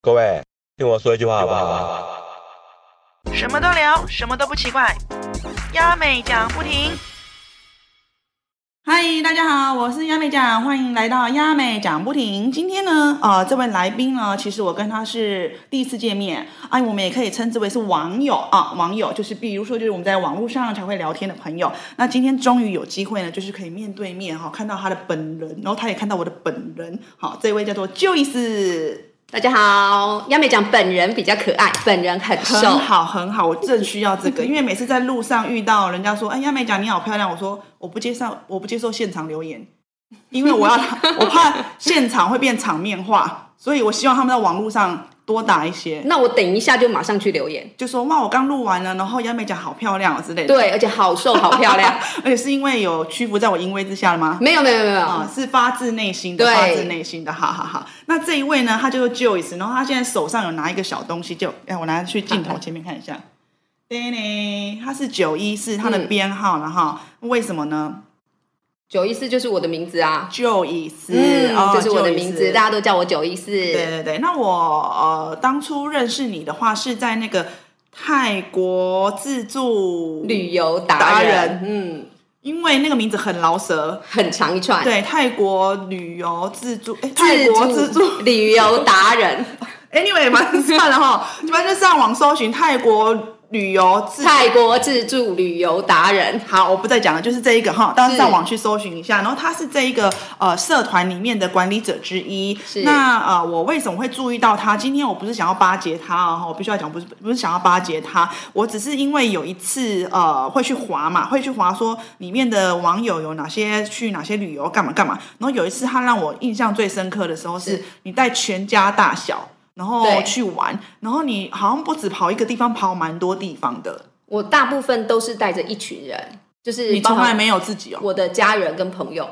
各位，听我说一句话好不好？什么都聊，什么都不奇怪，亚美讲不停。嗨，大家好，我是亚美讲，欢迎来到亚美讲不停。今天呢，呃，这位来宾呢，其实我跟他是第一次见面，哎，我们也可以称之为是网友啊，网友就是比如说就是我们在网络上才会聊天的朋友。那今天终于有机会呢，就是可以面对面哈、看到他的本人，然后他也看到我的本人。好、这位叫做 Joyce。大家好，亚美讲本人比较可爱，本人很瘦，很好很好，我正需要这个，因为每次在路上遇到人家说，哎，亚美讲你好漂亮，我说我不接受，我不接受现场留言，因为我要 我怕现场会变场面化，所以我希望他们在网络上多打一些，那我等一下就马上去留言。就说哇，我刚录完了，然后亚美讲好漂亮哦之类的，，对，而且好瘦，好漂亮。 而且是因为有屈服在我淫威之下了吗？没有，没有，没有，没有啊，是发自内心的，嗯对发自内心的，哈哈哈。那这一位呢，他就是 Joyce，然后他现在手上有拿一个小东西，就哎，我拿去镜头前面看一下。对呢，他是九一四，他的嗯编号了哈。为什么呢？九一四就是我的名字啊， Joyce，哦嗯这是我的名字， Joyce 大家都叫我九一四。对对对，那我呃当初认识你的话是在那个泰国自助旅，游达达人人，嗯，因为那个名字很饶舌，很长一串。，对泰国旅游自助，哎，泰国自助旅游达 人， Anyway，反 正算了哈，反正就上网搜寻泰国旅游自。泰国自助旅游达人，好，我哦不再讲了，就是这一个哈，大家是上网去搜寻一下。然后他是这一个呃社团里面的管理者之一。是那呃，我为什么会注意到他？今天我不是想要巴结他啊，哈我必须要讲，不是不是想要巴结他，我只是因为有一次呃会去滑嘛，会去滑说里面的网友有哪些去哪些旅游干嘛干嘛。然后有一次他让我印象最深刻的时候是是你带全家大小。然后对去玩，然后你好像不止跑一个地方，跑蛮多地方的。我大部分都是带着一群人，就是你包从含来没有自己哦，我的家人跟朋友。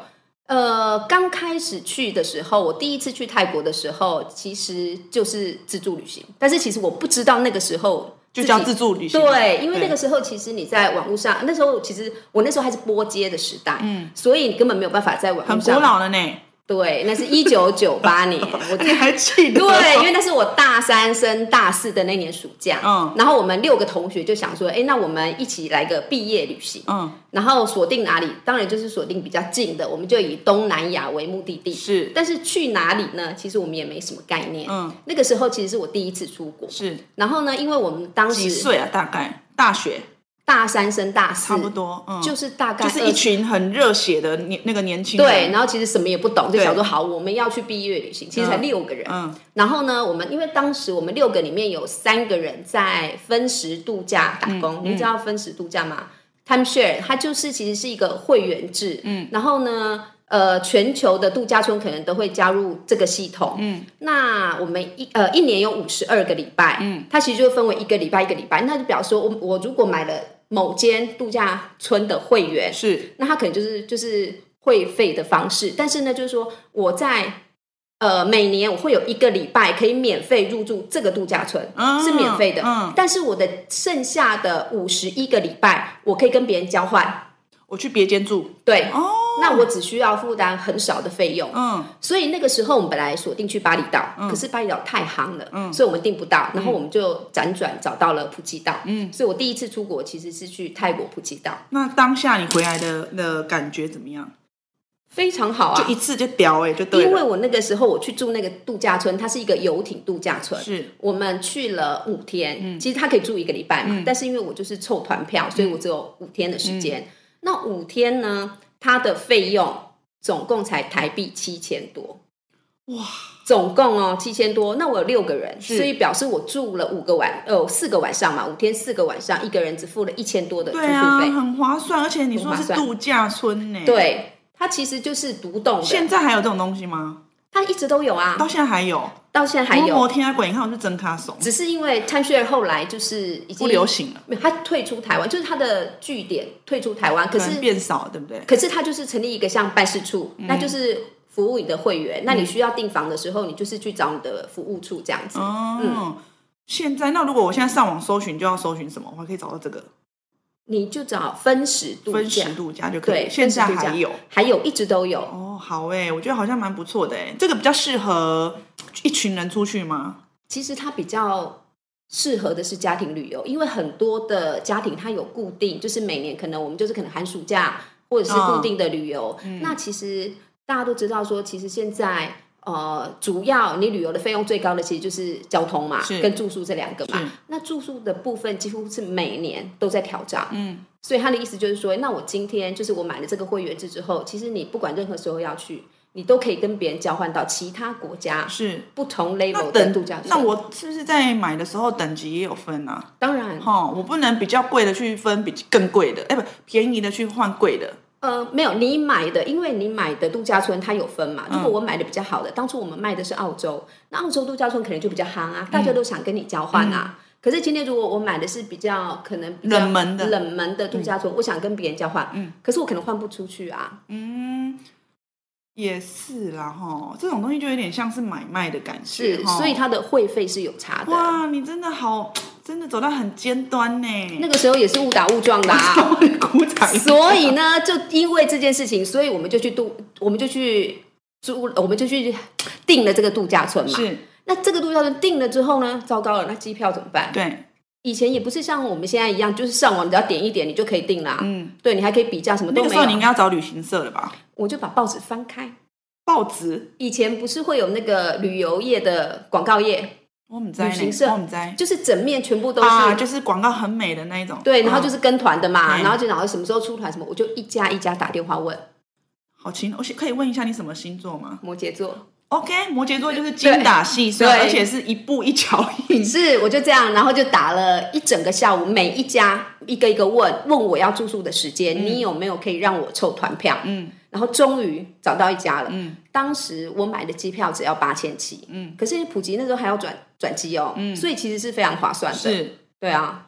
呃，刚开始去的时候，我第一次去泰国的时候，其实就是自助旅行。但是其实我不知道那个时候就叫自自己助旅行。嗯对，因为那对个时候其实你在网络上，那时候其实我那时候还是拨接的时代，嗯，所以你根本没有办法在网很络古上。老了呢，对，那是一九九八 年，我你还记得？对，因为那是我大三升大四的那年暑假，嗯然后我们六个同学就想说，哎，那我们一起来个毕业旅行，嗯，然后锁定哪里，当然就是锁定比较近的，我们就以东南亚为目的地。是但是去哪里呢？其实我们也没什么概念。嗯，那个时候其实是我第一次出国。是然后呢，因为我们当几时岁啊？大概大学大三升大四，差不多，嗯，就是大概就是一20群很热血的年那个年轻人，对，然后其实什么也不懂，就对想说好，我们要去毕业旅行，其实才嗯六个人。嗯，然后呢，我们因为当时我们六个里面有三个人在分时度假打工，你知道分时度假吗？Time share 它就是其实是一个会员制，嗯，然后呢，呃，全球的度假村可能都会加入这个系统，嗯，那我们一呃一年有五十二个礼拜，嗯，它其实就分为一个礼拜一个礼拜，那就表示说我我如果买了某间度假村的会员，是那他可能就是就是会费的方式，但是呢，就是说我在呃每年我会有一个礼拜可以免费入住这个度假村，嗯是免费的，嗯但是我的剩下的五十一个礼拜，我可以跟别人交换，我去别间住，对，哦，那我只需要负担很少的费用，嗯，所以那个时候我们本来锁定去巴厘岛，可是巴厘岛太夯了，嗯所以我们订不到，然后我们就辗转找到了普吉岛，嗯，所以我第一次出国其实是去泰国普吉岛，那当下你回来的的感觉怎么样？非常好啊，就一次就屌哎，就对因为了，我那个时候我去住那个度假村，它是一个游艇度假村，是嗯我们去了五天，其实它可以住一个礼拜嘛，但是因为我就是凑团票，所以我只有五天的时嗯间。那五天呢，它的费用总共才台币七千多，哇，总共哦七千多。那我有六个人，是所以表示我住了五个晚，呃四个晚上嘛，五天四个晚上，一个人只付了一千多的住宿对啊，费，很划算，而且你说很划是算度假村呢，，对。它其实就是独栋啊现哦的，在还有这种东西吗？它一直都有啊，到现在还有，到现在还有。我天啊，鬼，你看我是真卡怂，只是因为 timeshare 后来就是已经不流，行了，没有，他退出台湾，就是他的据点退出台湾，可可能是变嗯少，对不对？可是他就是成立一个像办事处，那就是服务你的会员，那你需要订房的时候，你就是去找你的服务处这样子。嗯哦，现在那如果我现在上网搜寻，就要搜寻什么？我还可以找到这个你就找分时度分假，时度假就可以。对，现在分时度假欸还有还有一直都有。欸哦，好哎，我觉得好像蛮不错的哎，这个比较适合一群人出去吗？其实它比较适合的是家庭旅游，因为很多的家庭它有固定，就是每年可能我们就是可能寒暑假或者是嗯固定的旅游。那其实大家都知道说，其实现在呃，主要你旅游的费用最高的其实就是交通嘛是，跟住宿这两个是嘛。那住宿的部分几乎是每年都在调涨。嗯，所以他的意思就是说，那我今天就是我买了这个会员制之后，其实你不管任何时候要去，你都可以跟别人交换到其他国家是。不同那 level 的哦度等假村。那我是不是在买的时候等级也有分啊？当然，哈、我不能比较贵的去分比更贵的，哎，不便宜的去换贵的。呃，没有你买的，因为你买的度假村它有分嘛。嗯如果我买的比较好的，当初我们卖的是澳洲，那澳洲度假村可能就比较夯嗯啊，大家都想跟你交换啊。可是今天如果我买的是比较可能比较冷门的冷门的度假村，我想跟别人交换，可是我可能换不出去啊。嗯，也是啦，哈，这种东西就有点像是买卖的感觉，是，齁所以它的会费是有差嗯的。哇，你真的好，真的走到很尖端呢。那个时候也是误打误撞的、啊。鼓掌。 所以呢，就因为这件事情，所以我们就去度，我们就去租，我们就去订了这个度假村嘛。是那这个度假村订了之后呢，糟糕了，那机票怎么办？对，以前也不是像我们现在一样，就是上网只要点一点你就可以订啦。嗯，对你还可以比价，什么那都个没时候你应有。该要找旅行社了吧？我就把报纸翻开，报纸，以前不是会有那个旅游业的广告页，我们在旅行社我们在就是整面全部都是。啊，就是广告很美的那一种。对，然后嗯就是跟团的嘛，嗯然后就然后什么时候出团什么，我就一家一家打电话问好清，而且可以问一下你什么星座吗摩羯座， ？OK，摩羯座就是精打细算，对而且是一步一脚印。 是，我就这样，然后就打了一整个下午，每一家一个一个问，问我要住宿的时间，你有没有可以让我凑团票？嗯，然后终于找到一家了。嗯，当时我买的机票只要八千七，嗯，可是普吉那时候还要转转机哦，嗯，所以其实是非常划算的。，是。对啊，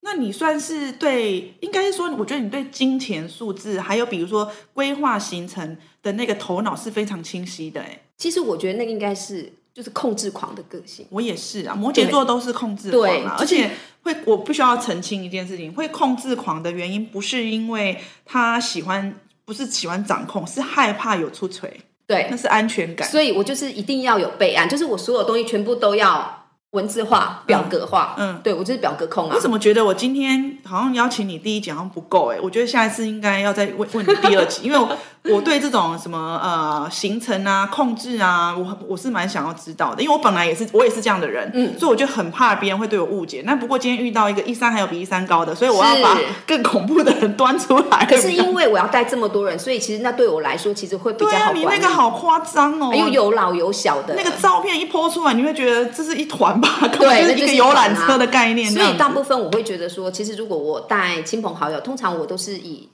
那你算是对，应该是说，我觉得你对金钱数字，还有比如说规划行程的那个头脑是非常清晰的。哎，其实我觉得那个应该是就是控制狂的个性。我也是啊，摩羯座都是控制狂对啊，就而是且会，我必须要澄清一件事情，会控制狂的原因不是因为他喜欢，不是喜欢掌控，是害怕有出锤，对那，是安全感。所以我就是一定要有备案，就是我所有东西全部都要文字化、表格化。嗯对我就是表格控啊我。怎么觉得我今天好像邀请你第一集好像不够哎、我觉得下一次应该要再问问你第二集，因为我 我对这种什么呃行程啊、控制啊，我很我是蛮想要知道的，因为我本来也是我也是这样的人，嗯，所以我就很怕别人会对我误解。那不过今天遇到一个一山还有比一山高的，所以我要是把更恐怖的人端出来。 可是因为我要带这么多人，所以其实那对我来说其实会比较 对啊，好你管那理。个好夸张哦，又有老有小的那个照片一泼出来，你会觉得这是一团吧？根本对就是那一就个是一游览团啊车的概念这所样子，以大部分我会觉得说，其实如果我带亲朋好友，通常我都是以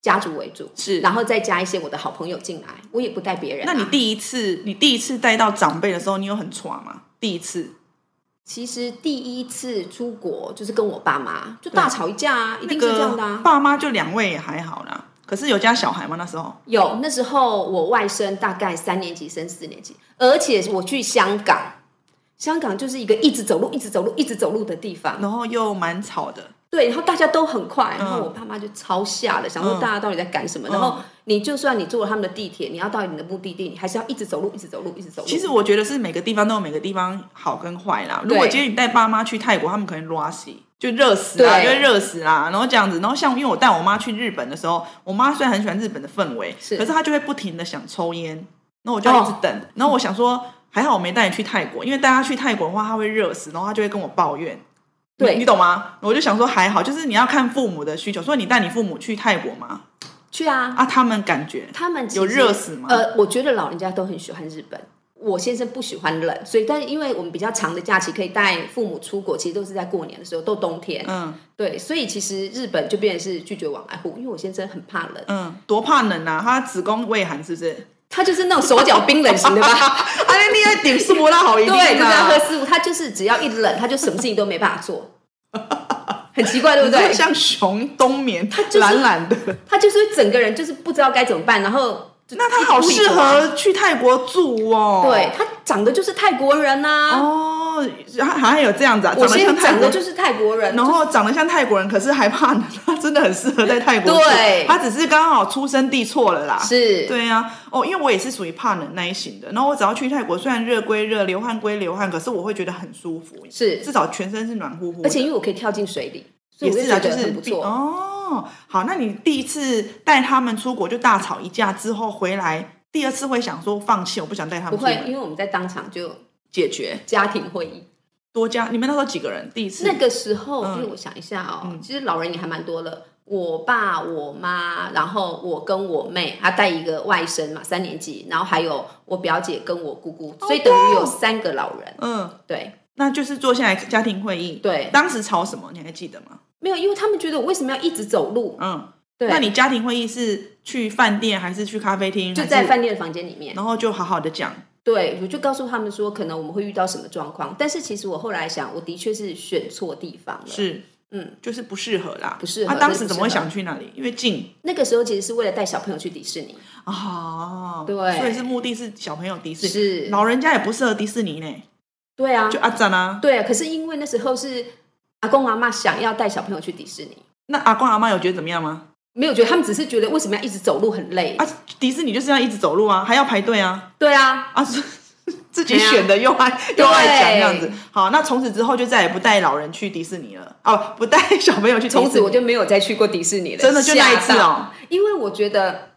家族为主，是然后再加一些我的好朋友进来，我也不带别人啊、那你第一次，你第一次带到长辈的时候，你有很抓吗？第一次，其实第一次出国就是跟我爸妈就大吵一架啊，一那定是这样个的啊。爸妈就两位也还好啦，可是有加小孩吗？那时候有那时候我外甥大概三年级升四年级，而且我去香港，香港就是一个一直走路、一直走路、一直走路的地方。然后又蛮吵的，对，然后大家都很快，然后嗯我爸妈就超吓了，想说嗯大家到底在赶什么？然后你就算你坐了他们的地铁，你要到你的目的地，你还是要一直走路，一直走路，一直走路。其实我觉得是每个地方都有每个地方好跟坏啦。如果对今天你带爸妈去泰国，他们可能拉稀。就热死啦，对就会热死啦，然后这样子，然后像因为我带我妈去日本的时候，我妈虽然很喜欢日本的氛围，是哦可是她就会不停的想抽烟，然后我就要一直等，然后我想说还好我没带你去泰国，因为带她去泰国的话，她会热死，然后她就会跟我抱怨，你对，懂吗？我就想说还好，就是你要看父母的需求，所以你带你父母去泰国吗？去啊，啊，他们感觉他们其实有热死吗呃，我觉得老人家都很喜欢日本。我先生不喜欢冷，所以但因为我们比较长的假期可以带父母出国，其实都是在过年的时候，都冬天。嗯对，所以其实日本就变成是拒绝往来户，因为我先生很怕冷，嗯，多怕冷啊！他子宫胃寒是不是？他就是那种手脚冰冷型的 吧？啊，那你要顶住啦，好一定啊对，就是要喝的，四五，他就是只要一冷，他就什么事情都没办法做， 很奇怪，对不你就对？像熊冬眠就，是懒懒的，他就是整个人就是不知道该怎么办，然后那他好适合去泰国住哦。对他长得就是泰国人呐、哦，还还有这样子啊，我长得先像泰长国得就是泰国人，然后长得像泰国人，可是还怕呢，他真的很适合在泰国住。对他只是刚好出生地错了啦。是对呀、哦，因为我也是属于怕冷那一型的。然后我只要去泰国，虽然热归热，流汗归流汗，可是我会觉得很舒服，是至少全身是暖乎乎的。而且因为我可以跳进水里，所以也我就是啊，觉就得是很不错。哦。好，那你第一次带他们出国就大吵一架之后回来，第二次会想说放弃，我不想带他不们出会，门，因为我们在当场就解决家庭会议。多加。你们那时候几个人？第一次那个时候，嗯因为我想一下哦，其实老人也还蛮多了。我爸、我妈，然后我跟我妹，她带一个外甥嘛，三年级，然后还有我表姐跟我姑姑，所以等于有三个老人。嗯，对那就是坐下来家庭会议。对，当时吵什么？你还记得吗？没有，因为他们觉得我为什么要一直走路？嗯，对，那你家庭会议是去饭店还是去咖啡厅？就还在是，饭店的房间里面。然后就好好的讲。对，我就告诉他们说，可能我们会遇到什么状况。但是其实我后来想，我的确是选错地方了。是，嗯，就是不适合啦，不适合他、当时怎么会真的不适合想去那里？因为近那个时候其实是为了带小朋友去迪士尼，哦，对所以是目的是小朋友迪士尼，是老人家也不适合迪士尼呢，对啊就，阿赞啊。对啊。可是因为那时候是阿公阿妈想要带小朋友去迪士尼，那阿公阿妈有觉得怎么样吗？没有觉得他们只是觉得为什么要一直走路很累？啊，迪士尼就是要一直走路啊，还要排队啊，对啊，啊，是自己选的又爱、又爱讲这样子。好，那从此之后就再也不带老人去迪士尼了，哦，不带小朋友去迪士尼。从此我就没有再去过迪士尼了，真的就那一次吓到，哦，因为我觉得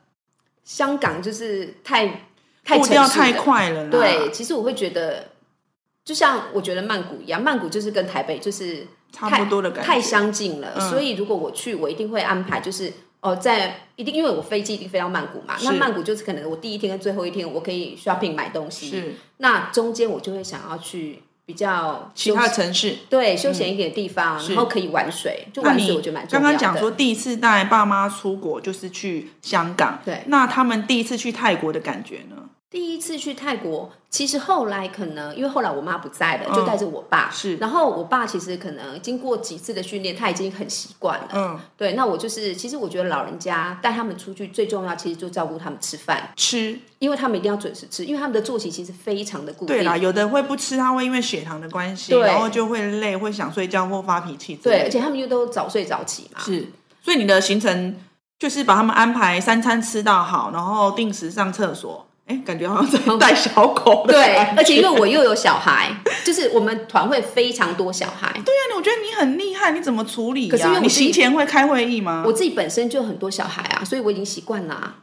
香港就是太太步调城市了太快了啦。对，，其实我会觉得，就像我觉得曼谷一样，曼谷就是跟台北就是差太不多的感觉太相近了。嗯所以如果我去，我一定会安排，就是哦，在一定因为我飞机一定飞到曼谷嘛，那是曼谷就是可能我第一天跟最后一天我可以 shopping 买东西，是那中间我就会想要去比较其休他闲的城市。嗯对休闲一点的地方，是然后可以玩水，就那玩水我你觉得蛮重刚要的。刚讲说第一次带爸妈出国就是去香港，对那他们第一次去泰国的感觉呢？第一次去泰国，其实后来可能因为后来我妈不在了，嗯就带着我爸。是然后我爸其实可能经过几次的训练，他已经很习惯了。嗯，对，那我就是，其实我觉得老人家带他们出去最重要，其实就照顾他们吃饭，吃因为他们一定要准时吃，因为他们的作息其实非常的固定。对啦，有的会不吃，他会因为血糖的关系，对然后就会累，会想睡觉或发脾气之类对的。而且他们又都早睡早起嘛。是，所以你的行程就是把他们安排三餐吃到好，然后定时上厕所。哎，感觉好像在带小狗的哦对感，觉而且因为我又有小孩，就是我们团会非常多小孩，对啊，你我觉得你很厉害，你怎么处理、呀？可是因为我你自己行前会开会议吗？我自己本身就很多小孩啊，所以我已经习惯了、啊。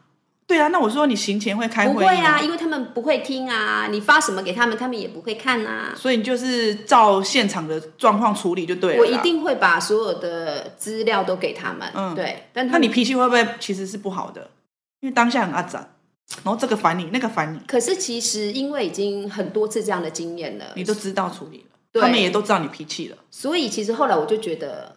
对啊，那我说你行前会开不会会议啊，吗，因为他们不会听啊，你发什么给他们，他们也不会看啊。所以你就是照现场的状况处理就对了。我一。定会把所有的资料都给他们，嗯对。但他那们你脾气会不会其实是不好的？因为当下很阿杂，然后这个烦你，那个烦你，可是其实因为已经很多次这样的经验了，你都知道处理了，对他们也都知道你脾气了。所以其实后来我就觉得，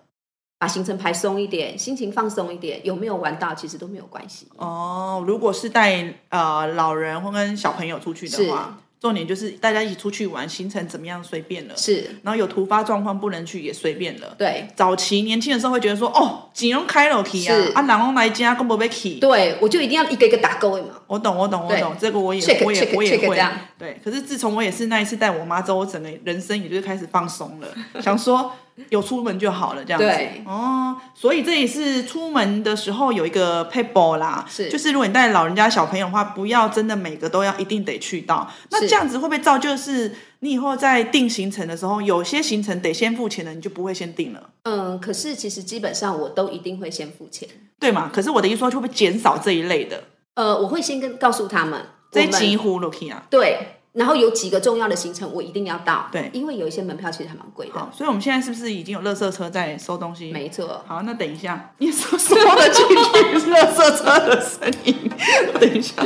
把行程排松一点，心情放松一点，有没有玩到其实都没有关系。哦，如果是带呃老人或跟小朋友出去的话，重点就是大家一起出去玩，行程怎么样随便了，是，然后有突发状况不能去也随便了。对，早期年轻的时候会觉得说，哦，锦荣开了去啊是，啊，南龙来家根本被去。对我就一定要一个一个打勾嘛。我懂，我懂，我对懂，这个我也 check，我也 check，我也 check，这会样。对，可是自从我也是那一次带我妈之后，我整个人生也就是开始放松 了，想说有出门就好了这样子对。哦，所以这也是出门的时候有一个 p a p e 啦，是就是如果你带老人家小朋友的话，不要真的每个都要一定得去到，那是这样子会不会造就是你以后在定行程的时候，有些行程得先付钱的，你就不会先定了。嗯，可是其实基本上我都一定会先付钱。对嘛？可是我的意思说，会不会减少这一类的？呃，我会先跟告诉他们，这一我们集呼 l o k i 啊，对，然后有几个重要的行程我一定要到，对因为有一些门票其实还蛮贵的，好，所以我们现在是不是已经有垃圾车在收东西？没错。好，那等一下，你说说了进去是垃圾车的声音。等一下，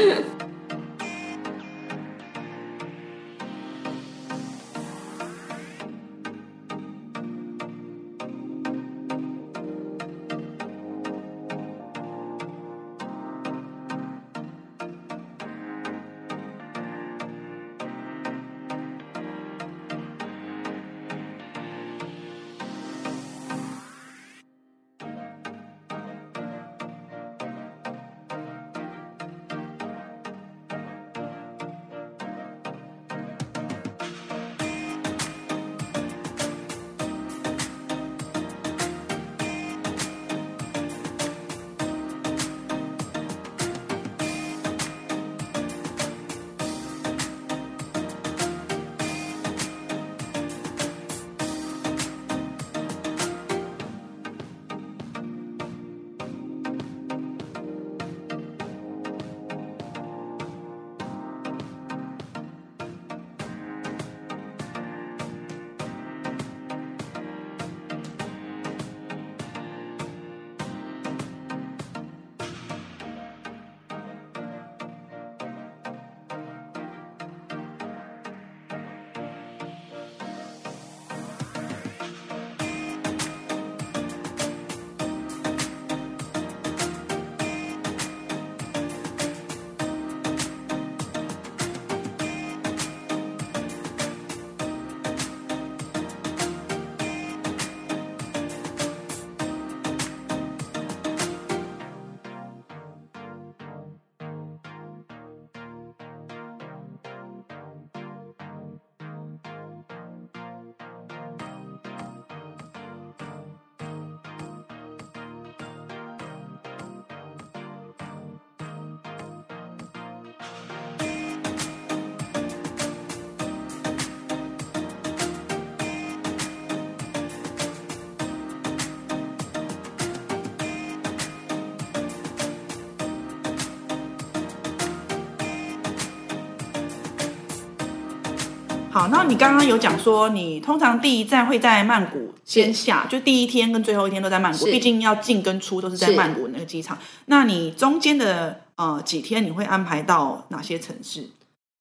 好，那你刚刚有讲说，你通常第一站会在曼谷先下，就第一天跟最后一天都在曼谷，是毕竟要进跟出都是在是曼谷那个机场。那你中间的呃几天，你会安排到哪些城市？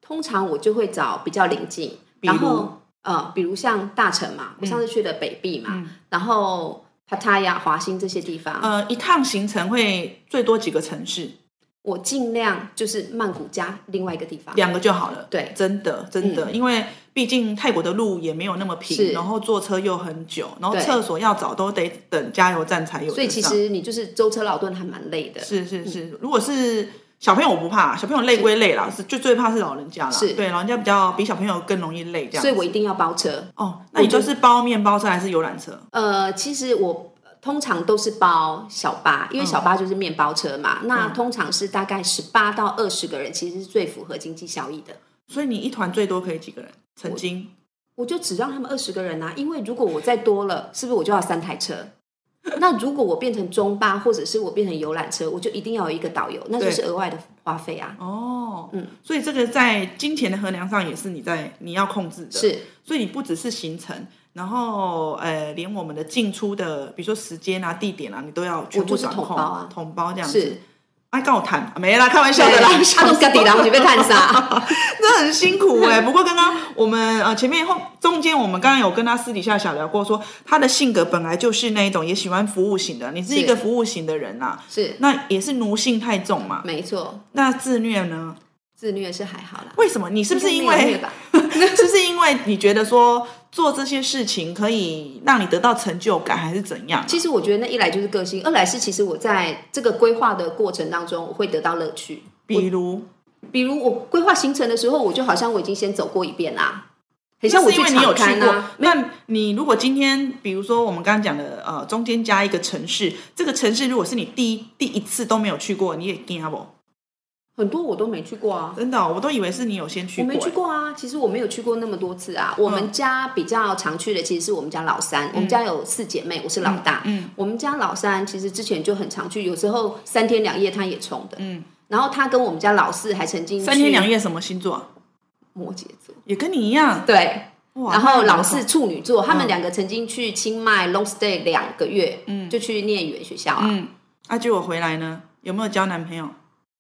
通常我就会找比较临近，比如嗯然后呃，比如像大城嘛，我上次去了北壁嘛，然后 Pattaya、华兴这些地方，呃，一趟行程会最多几个城市？我尽量就是曼谷加另外一个地方。两个就好了。对嗯真的真的，因为毕竟泰国的路也没有那么平，是然后坐车又很久，然后对厕所要找都得等加油站才有得上。所以其实你就是舟车劳顿还蛮累的，是是是，如果是小朋友我不怕，小朋友累归累啦，是最最怕是老人家啦。是对，老人家比较比小朋友更容易累这样所子。以我一定要包车。哦，那你就是包面包车还是游览车？呃，其实我呃通常都是包小巴，嗯因为小巴就是面包车嘛。那通常是大概十八到二十个人，其实是最符合经济效益的。所以你一团最多可以几个人？曾经我就只让他们二十个人啊，因为如果我再多了，是不是我就要三台车？ 那如果我变成中巴，或者是我变成游览车，我就一定要有一个导游，那就是额外的花费啊。哦，嗯，所以这个在金钱的衡量上也是你在你要控制的。是所以你不只是行程，然后呃，连我们的进出的，比如说时间啊、地点啊，你都要全部就是掌控，统包啊统包这样子是。，啊哎，跟我谈、啊没啦，开玩笑的啦，他都家底狼，你 被探杀。这很辛苦哎、不过刚刚我们呃前面后中间我们刚刚有跟他私底下小聊过说他的性格本来就是那一种也喜欢服务型的，你是一个是服务型的人呐、啊，是，那也是奴性太重嘛。没错，那自虐呢？自虐是还好啦。为什么？你是不是因自为虐吧？ 是不是因为你觉得说做这些事情可以让你得到成就感，还是怎样？其实我觉得那一来就是个性，二来是其实我在这个规划的过程当中，我会得到乐趣。比如，比如我规划行程的时候，我就好像我已经先走过一遍啦，很像那我是因去为你有场去刊过啊。。那你如果今天，比如说我们刚刚讲的，呃，中间加一个城市，这个城市如果是你第一第一次都没有去过，你也惊啊不？很多我都没去过啊，真的哦、我都以为是你有先去我过。欸没去过啊。其实我没有去过那么多次啊。我们家比较常去的其实是我们家老三，我们家有四姐妹，我是老大。嗯我们家老三其实之前就很常去，有时候三天两夜他也冲的。嗯，然后他跟我们家老四还曾经三天两夜夜什么星座啊？摩羯座，也跟你一样。对，哇然后老那嗯四你处女座，他们两个曾经去清迈 long stay 两个月，嗯，就去念语言学校啊。嗯，啊，结果回来呢，有没有交男朋友？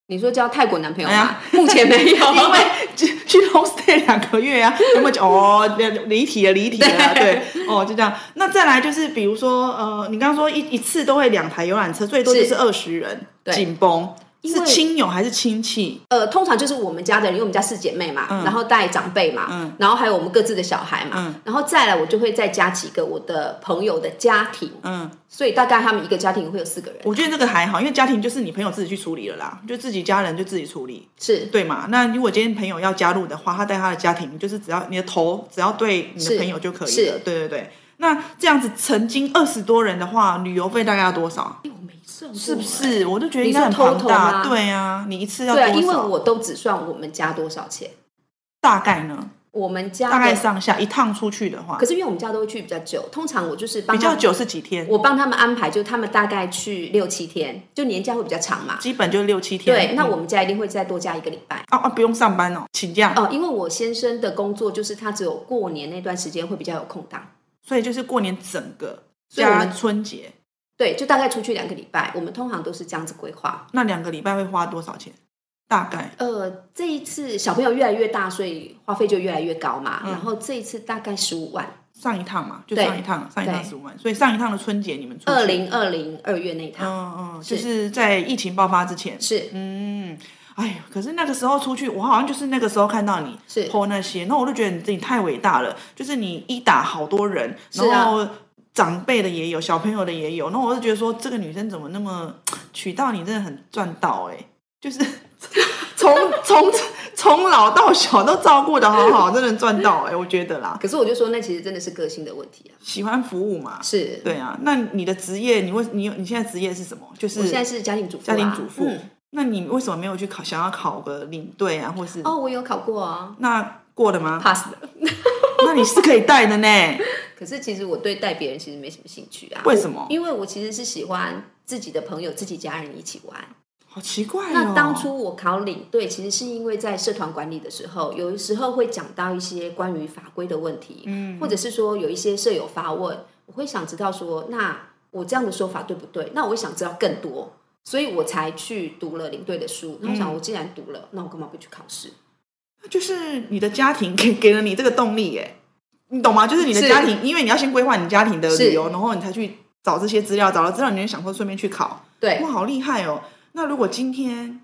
你说交泰国男朋友哎吗呀？目前没 有，因为去去 homestay 两个月 啊，那么久哦，离题了，离题了啊，对对，哦，就这样。那再来就是，比如说，呃，你刚刚说一一次都会两台游览车，最多就是是二十人，对紧绷。因是为亲友还是亲戚？呃，通常就是我们家的人，因为我们家四姐妹嘛，然后带长辈嘛，嗯然后还有我们各自的小孩嘛，嗯然后再来我就会再加几个我的朋友的家庭，嗯，所以大概他们一个家庭会有四个人，我觉得这个还好，因为家庭就是你朋友自己去处理了啦，就自己家人就自己处理，是对嘛？那如果今天朋友要加入的话，他带他的家庭，就是只要你的头只要对你的是朋友就可以是了，对对对。那这样子，曾经二十多人的话，旅游费大概要多少？是是不？是？我就觉得应你该说很偷庞偷大，吗对啊，你一次要对多啊，少？因为我都只算我们家多少钱，大概呢，我们家大概的，上下一趟出去的话可，是因为我们家都会去比较久，通常我就是帮比较他久是几天？我帮他们安排，就他们大概去六七天，就年假会比较长嘛。基本就六七天。对，那嗯我们家一定会再多加一个礼拜啊啊不用上班哦，请假，哦、因为我先生的工作就是他只有过年那段时间会比较有空档，所以就是过年整个所以我加们春节对，就大概出去两个礼拜，我们通常都是这样子规划。那两个礼拜会花多少钱？大概呃，这一次小朋友越来越大，所以花费就越来越高嘛。嗯然后这一次大概十五万，上一趟嘛，就对上一趟，上一趟对十五万，所以上一趟的春节你们出去，二零二零二月那一趟、嗯嗯嗯，就是在疫情爆发之前，是嗯，哎呦，可是那个时候出去，我好像就是那个时候看到你是 po 那些，那我就觉得你自己太伟大了，就是你一打好多人，啊然后长辈的也有，小朋友的也有，那我就觉得说这个女生怎么那么娶到你，真的很赚到哎、就是 从从从老到小都照顾的好好，真的赚到哎、我觉得啦，可是我就说那其实真的是个性的问题啊。喜欢服务嘛，是，对啊，那你的职业，你为你有你现在职业是什么？就是我现在是家庭主妇、家啊，庭主妇。嗯那你为什么没有去考，想要考个领队啊，或是、哦，我有考 过啊那过了吗？ ，pass 的。那你是可以带的呢。可是其实我对带别人其实没什么兴趣啊。为什么我因为我其实是喜欢自己的朋友、自己家人一起玩。好奇怪哦。那当初我考领队，其实是因为在社团管理的时候，有的时候会讲到一些关于法规的问题，嗯，或者是说有一些舍友发问，我会想知道说，那我这样的说法对不对？那我会想知道更多，所以我才去读了领队的书。那我想，我既然读了，那我干嘛不去考试？就是你的家庭给给了你这个动力耶，你懂吗？就是你的是家庭，因为你要先规划你家庭的是旅游，然后你才去找这些资料，找了资料你就想说顺便去考，对哇，好厉害哦！那如果今天，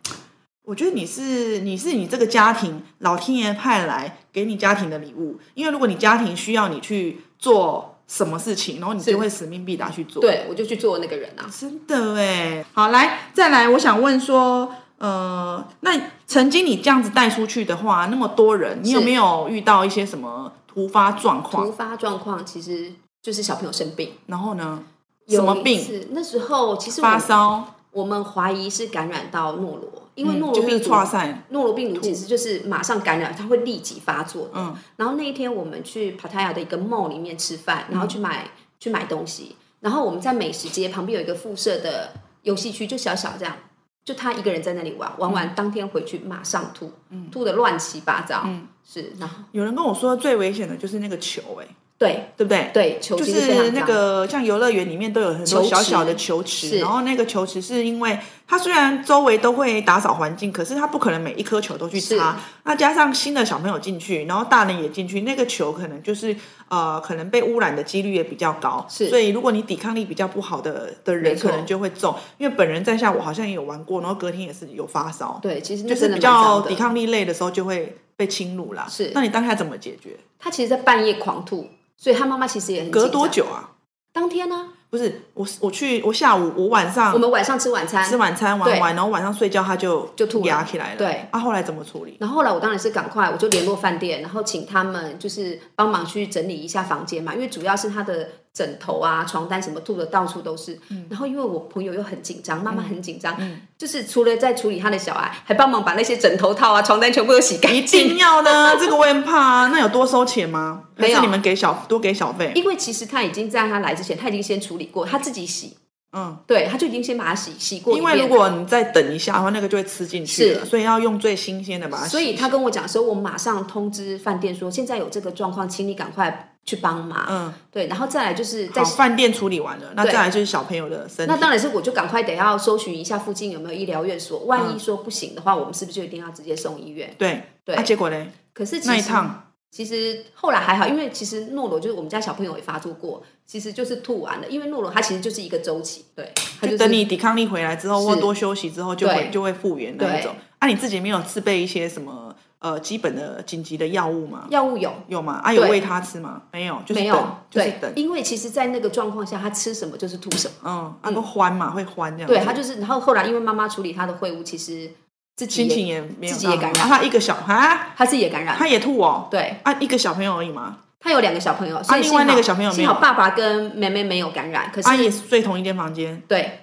我觉得你是你是你这个家庭老天爷派来给你家庭的礼物，因为如果你家庭需要你去做什么事情，然后你是就会使命必达去做。，对，我就去做那个人啊。真的哎。好，来再来，我想问说，呃，那曾经你这样子带出去的话，那么多人，你有是没有遇到一些什么突发状突况？发状况其实就是小朋友生病，然后呢，什有么一病？次？那时候其实我发烧，我们怀疑是感染到诺罗，因为嗯诺就罗是病毒错散，诺罗病毒其实就是马上感染，它会立即发作的。嗯然后那一天我们去帕塔亚的一个 mall 里面吃饭，嗯然后去买、去买东西，然后我们在美食街旁边有一个附设的游戏区，就小小这样，就他一个人在那里玩，玩嗯完当天回去马上吐，吐的乱七八糟，嗯是，然后有人跟我说最危险的就是那个球、哎，对对不对？对，球就精非常是那脏个像游乐园里面都有很球多池小小的球池，是然后那个球池是因为它虽然周围都会打扫环境，可是它不可能每一颗球都去是擦。那加上新的小朋友进去，然后大人也进去，那个球可能就是呃，可能被污染的几率也比较高。是所以如果你抵抗力比较不好的的没人，错可能就会中。因为本人在下，我好像也有玩过，然后隔天也是有发烧，对，其实那就是真的比蛮脏较的抵抗力累的时候就会被侵入啦。是那你当下怎么解决？他其实，在半夜狂吐，所以他妈妈其实也很隔紧多张？久啊？当天呢、不是我，我去我下午我晚上我们晚上吃晚餐吃，晚餐玩对完，然后晚上睡觉他就就吐了牙起来了。对，啊，后来怎么处理？然后后来我当然是赶快，我就联络饭店，然后请他们就是帮忙去整理一下房间嘛，因为主要是他的枕头啊、床单什么吐的到处都是。嗯然后因为我朋友又很紧张，妈妈很紧张，就是除了在处理他的小孩，还帮忙把那些枕头套啊、床单全部都洗干一净定。要 的，这个我也很怕啊。那有多收钱吗？还没有是你们给小多给小费？因为其实他已经在他来之前，他已经先处理过，他自己洗，嗯，对，他就已经先把它洗洗过一因遍。为如果你再等一下的话，那个就会吃进去了，是所以要用最新鲜的把它洗。所以他跟我讲说，我马上通知饭店说，现在有这个状况，请你赶快去帮忙。嗯，对，然后再来就是在好，饭店处理完了，那对再来就是小朋友的身体那。当然是我就赶快得要搜寻一下附近有没有医疗院所，嗯万一说不行的话，我们是不是就一定要直接送医院？对对啊，结果嘞，可是其那一实趟其实后来还好，因为其实诺罗就是我们家小朋友也发作过，其实就是吐完了，因为诺罗它其实就是一个周期，对，它就是等你抵抗力回来之后，或是多休息之后，就会对就会复原那一对种。啊，你自己没有自备一些什么呃基本的紧急的药物吗？药物有。有吗？啊，有对喂他吃吗？没有，就是没有等，，就是对，等。因为其实，在那个状况下，他吃什么就是吐什么。嗯，啊，会欢嘛，会欢这样子。对他就是，然后后来因为妈妈处理他的秽物，其实自己心情也也没有自己也到感好染啊他一个小啊，他自己也感染了，他也吐哦。对，啊，一个小朋友而已嘛，他有两个小朋友，所以啊另外幸好那个小朋友没有幸好爸爸跟妹妹没有感染，可是、啊，也睡同一间房间。对。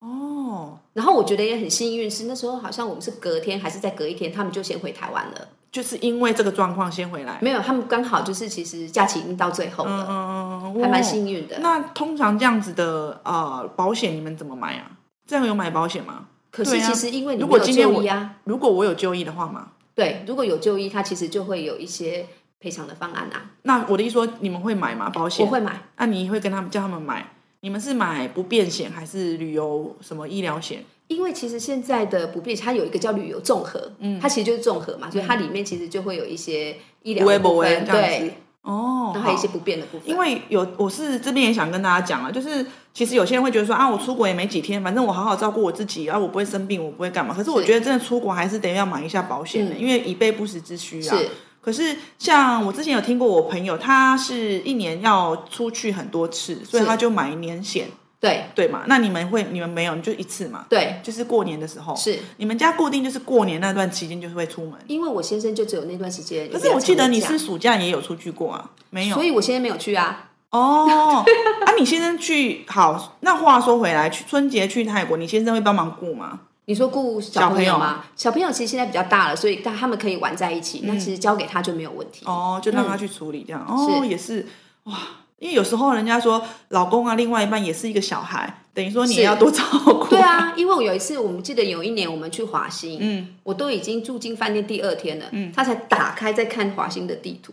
哦，然后我觉得也很幸运，是那时候好像我们是隔天还是再隔一天，他们就先回台湾了。就是因为这个状况先回来。没有，他们刚好就是其实假期已经到最后嗯了，嗯嗯，还蛮运。幸运的。那通常这样子的呃保险你们怎么买啊？这样有买保险吗？可是对啊其实因为你如没果有今天就我医啊，如果我有就医的话嘛，对，如果有就医，他其实就会有一些赔偿的方案啊。那我的意思说你们会买吗？保我险？会买，那、你会跟他们叫他们买？你们是买不便险还是旅游什么医疗险？因为其实现在的不便，它有一个叫旅游综合，嗯，它其实就是综合嘛，所以它里面其实就会有一些医疗不会的不部会分，这样对子，。哦，然后还有一些好不便的部分。因为有我是这边也想跟大家讲啊，就是其实有些人会觉得说啊，我出国也没几天，反正我好好照顾我自己啊，我不会生病，我不会干嘛。可是我是觉得真的出国还是得要买一下保险的、嗯因为以备不时之需啊。是可是像我之前有听过我朋友，他是一年要出去很多次，所以是他就买年险，对对嘛？那你们会你们没有，你就一次嘛，对，就是过年的时候。是你们家固定就是过年那段期间就是会出门，因为我先生就只有那段时间。可是我记得你有没是有暑假也有出去过啊，没讲，有？所以我先生没有去啊。哦， 啊，你先生去好，那话说回来，去春节去泰国，你先生会帮忙顾吗？你说顾小朋友吗？小朋友其实现在比较大了，所以但他们可以嗯玩在一起，那其实交给他就没有问题。嗯哦哦，就让他去处理这样。哦，也是，哇，因为有时候人家说老公啊，另外一半也是一个小孩，等于说你是也要多照顾。 对，啊，因为我有一次，我们记得有一年我们去华兴，嗯，我都已经住进饭店第二天了，他才打开在看华兴的地图，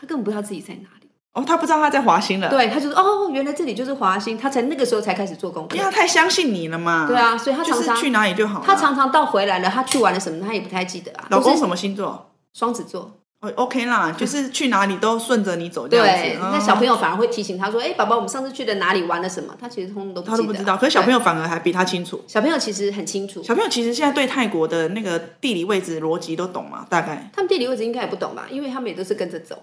他根本不知道自己在哪里。哦，他不知道他在华兴了，，对，他就说哦，原来这里就是华兴，他才那个时候才开始做功课因为。他太相信你了嘛。对，啊，所以他啊就常是常去哪里就好了。他常常到回来了，他去玩了什么，他也不太记得啊。老公都是什么星座？双子座，哦，OK 啦，就是去哪里都顺着你走这样对子。，嗯那小朋友友反而会提醒他说：“哎，宝宝，我们上次去的哪里玩了什么？”他其实通通都不他记都得不啊。知道，可是小朋友友反而还比他清楚。小朋友其实很清楚，小朋友其实现在对泰国的那个地理位置逻辑都懂嘛，大概。他们地理位置应该也不懂吧，因为他们也都是跟着走。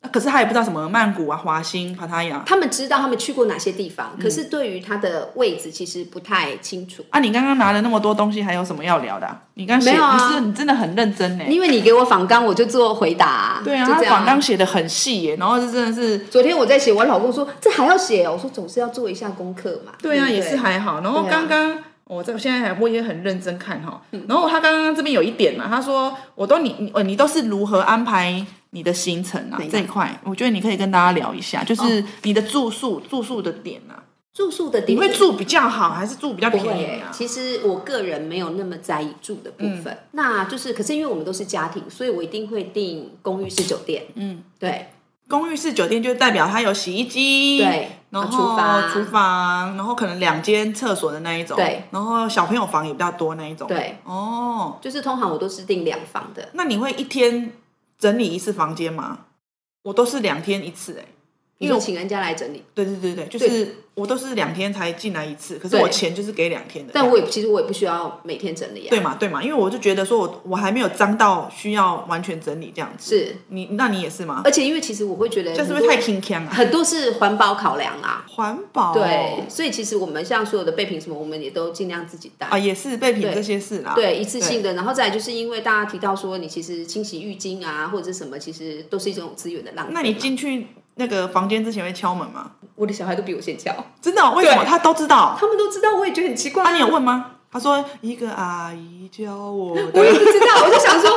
那可是他也不知道什么曼谷啊、华兴、帕塔亚。他们知道他们去过哪些地方，可嗯是对于它的位置其实不太清楚。啊，你刚刚拿了那么多东西，还有什么要聊的啊、你刚写，没有啊你是你真的很认真呢。欸因为你给我仿纲，我就做回答、啊。对啊，就他这样访纲。写的很细耶，然后就真的是，昨天我在写，我老公说这还要写哦，我说总是要做一下功课嘛。对啊，嗯不也是还好。然后对啊刚刚、我在我现在还我也很认真看哈、然后他刚刚这边有一点啊嘛，他说我都你你呃你都是如何安排你的行程啊哪一个这一哦块，我觉得你可以跟大家聊一下，就是你的住宿住宿的点啊，住宿的点你会住比较好还是住比较不便会宜耶、啊？嗯其实我个人没有那么在意住的部分，那就是可是因为我们都是家庭，所以我一定会订公寓式酒店。嗯，对公寓式酒店就代表它有洗衣机，对，啊然后厨房厨房，然后可能两间厕所的那一种，对，然后小朋友房也比较多那一种，，对，哦，就是通常我都是订两房的。那你会一天整理一次房间吗？我都是两天一次、欸，哎，你因为说我请人家来整理，对对对对，就是我都是两天才进来一次，可是对我钱就是给两天的，但我也其实我也不需要每天整理啊。对嘛对嘛，因为我就觉得说我我还没有脏到需要完全整理这样子，是，你那你也是吗？而且因为其实我会觉得这很是多，不是太哦轻腔啊？很多是环保考量啊。环保、对，所以其实我们像所有的备品什么，我们也都尽量自己带。啊，也是备品对这些事啦，对，一次性的，然后再来就是因为大家提到说，你其实清洗浴巾啊，或者是什么，其实都是一种资源的浪费嘛。那你进去那个房间之前会敲门吗？我的小孩都比我先敲，真的哦、为什么对他都知道？ 他们都知道，我也觉得很奇怪。啊，你有问吗？他说一个阿姨教我我也不的，知道，我就想说，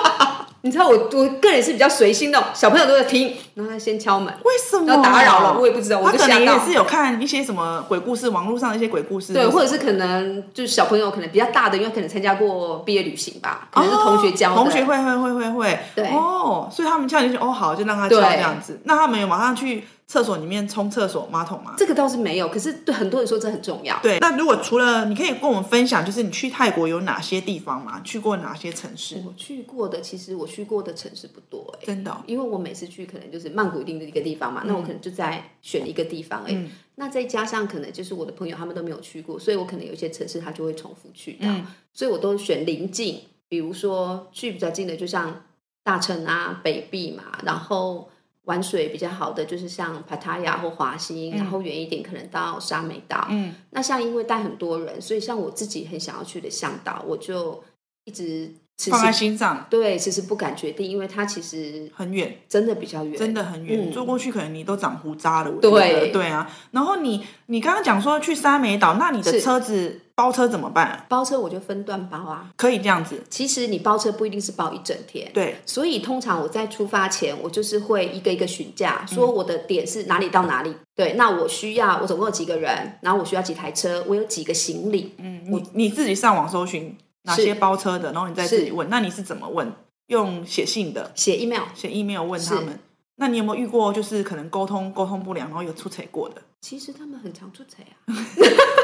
你知道我我个人是比较随心的哦，小朋友都在听，然后他先敲门，为什么要打扰了，我也不知道，我他就可吓能也到。是有看一些什么鬼故事，网络上的一些鬼故事，对，或者者是可能就是小朋友可能比较大的，因为可能参加过毕业旅行吧，可能是同学教的，哦同学会会会会会，对哦，所以他们叫你就哦好，就让他敲对这样子。那他们有马上去厕所里面冲厕所马桶吗？这个倒是没有，可是对很多人说这很重要。对，那如果除了你可以跟我们分享，就是你去泰国有哪些地方吗？去过哪些城市？我去过的，其实我去过的城市不多、欸，真的哦、因为我每次去可能就是曼谷一定是一个地方嗯嘛，那我可能就在选一个地方而已。那再加上可能就是我的朋友他们都没有去过，所以我可能有一些城市他就会重复去到，嗯所以我都选临近，比如说去比较近的，就像大城啊、北壁嘛，然后玩水比较好的就是像帕塔亚或华兴，然后远一点可能到沙美岛。嗯，那像因为带很多人，所以像我自己很想要去的向导，我就一直迟放在迟心上，对，迟迟不敢决定，因为它其实很远。真的比较远，真的很远，嗯坐过去可能你都长胡渣了。我觉得对对啊。然后你你刚刚讲说去沙美岛，那你的是车子包车怎么办啊、包车我就分段包啊。可以这样子，其实你包车不一定是包一整天，对，所以通常我在出发前，我就是会一个一个询价，嗯说我的点是哪里到哪里。对，那我需要我总共有几个人，然后我需要几台车，我有几个行李。嗯，你你自己上网搜寻哪些包车的，然后你再自己问。那你是怎么问？用写信的，写 email，写 email 问他是们。那你有没有遇过就是可能沟通沟通不良，然后有出彩过的？ 其实他们很常出差啊。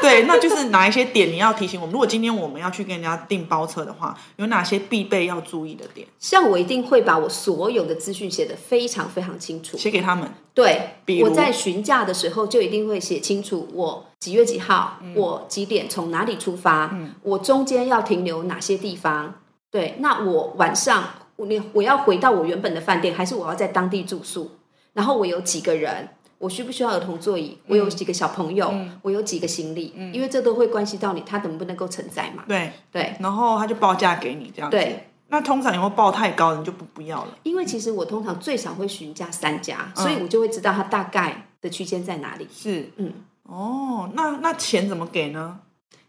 对，那就是哪一些点你要提醒我们？如果今天我们要去跟人家订包车的话，有哪些必备要注意的点？像我一定会把我所有的资讯写得非常非常清楚。写给他们。对比，我如在询价的时候就一定会写清楚我几月几号，嗯我几点从哪里出发，我中间要停留哪些地方。对，那我晚上我你我要回到我原本的饭店，还是我要在当地住宿？然后我有几个人？我需不需要儿童座椅？我嗯有几个小朋友？我有几个行李？因为这都会关系到你他能不能够承载嘛。对，对然后他就报价给你这样子。对，那通常有没有报太高的你就不不要了？因为其实我通常最少会询价三家，嗯所以我就会知道它大概的区间在哪里。是，嗯，哦，那那钱怎么给呢？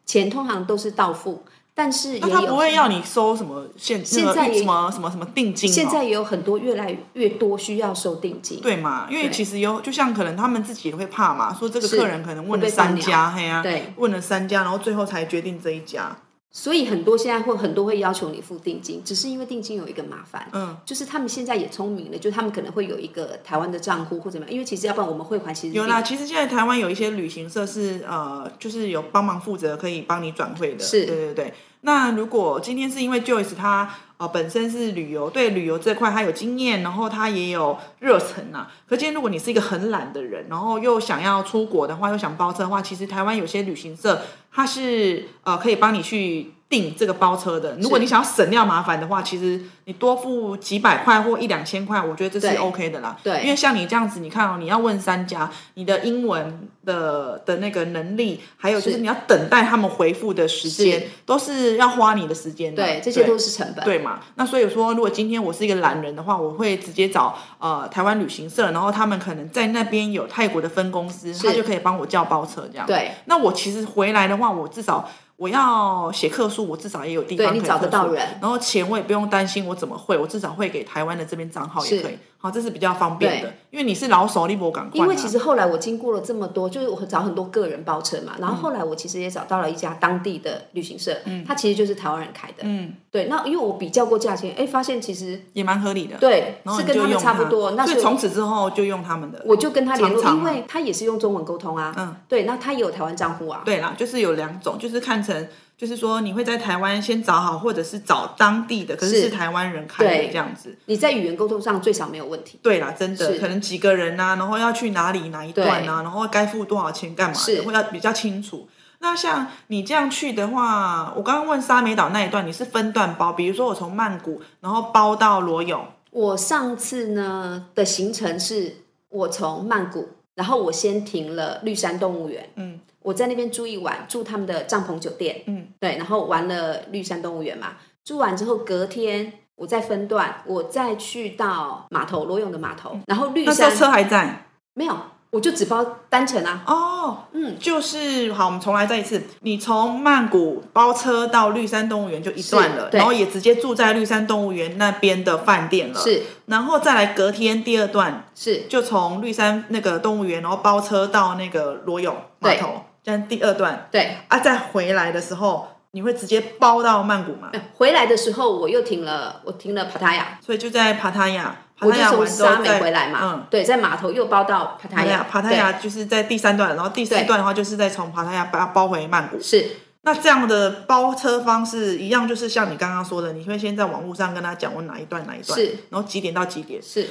钱通常都是到付，但是也那他有不会要你收什么现现那个在也什么什么什么定金、哦？现在也有很多越来越多需要收定金，对嘛？因为对其实有，就像可能他们自己也会怕嘛，说这个是客人可能问会了被放三家，嘿啊，对，问了三家，然后最后才决定这一家。所以很多现在会很多会要求你付定金，只是因为定金有一个麻烦，嗯，就是他们现在也聪明了，就他们可能会有一个台湾的账户或怎么样，因为其实要不然我们汇款其实有啦，其实现在台湾有一些旅行社是呃，就是有帮忙负责可以帮你转会的，是对对对。那如果今天是因为 Joyce 他呃本身是旅游，对旅游这块他有经验，然后他也有热忱呐、可今天如果你是一个很懒的人，然后又想要出国的话，又想包车的话，其实台湾有些旅行社它是呃可以帮你去订这个包车的。如果你想要省掉麻烦的话，其实你多付几百块或一两千块，我觉得这是对 OK 的啦。对因为像你这样子，你看哦，你要问三家，你的英文的的那个能力，还有就是是你要等待他们回复的时间是，都是要花你的时间的。对，这些都是成本。对嘛？那所以说，如果今天我是一个懒人的话，我会直接找呃台湾旅行社，然后他们可能在那边有泰国的分公司，他就可以帮我叫包车这样。对，那我其实回来的话，我至少我要写客诉，我至少也有地方对可以你找得客诉到人然后钱我也不用担心我怎么汇，我至少汇给台湾的这边账号也是可以。好，这是比较方便的对，因为你是老手，你不赶快、啊。因为其实后来我经过了这么多，就是我找很多个人包车嘛，嗯然后后来我其实也找到了一家当地的旅行社，它其实就是台湾人开的，嗯对。那因为我比较过价钱，哎，发现其实也蛮合理的，，对然后是你跟就他们用差不它多，那所所以以从此之后就用他们的。我就跟他联络，常常因啊为他也是用中文沟通啊，嗯，对，那他也有台湾账户啊，对啦，就是有两种，就是看成，就是说你会在台湾先找好，或者是找当地的，可是是是台湾人开的对这样子。你在语言沟通上最少没有问题，对啦，真的，是可能几个人啊呐、然后要去哪里哪一段呐、然后该付多少钱干嘛的，是会要比较清楚。那像你这样去的话，我刚刚问沙美岛那一段，你是分段包，比如说我从曼谷，然后包到罗勇，我上次呢的行程是，我从曼谷，然后我先停了绿山动物园，嗯，我在那边住一晚，住他们的帐篷酒店，嗯，对，然后玩了绿山动物园嘛，住完之后隔天我再分段，我再去到码头罗勇的码头，然后绿嗯那时山候车还在没有，我就只包单程啊，哦，嗯，就是好，我们重来再一次。你从曼谷包车到绿山动物园就一段了，是对然后也直接住在绿山动物园那边的饭店了。，是然后再来隔天第二段是就从绿山那个动物园，然后包车到那个罗勇码头，这样第二段对。啊，再回来的时候你会直接包到曼谷嘛？哎回来的时候，我又停了，我停了帕塔亚，所以就在帕塔亚，帕我塔就亚从完之后沙美再回来嘛，嗯。对，在码头又包到帕塔帕塔亚亚，，帕塔亚就是在第三段，然后第四对段的话就是再从帕塔亚包包回曼谷对。是那这样的包车方式一样，就是像你刚刚说的，你会先在网络上跟他讲我哪一段哪一段，是然后几点到几点，是，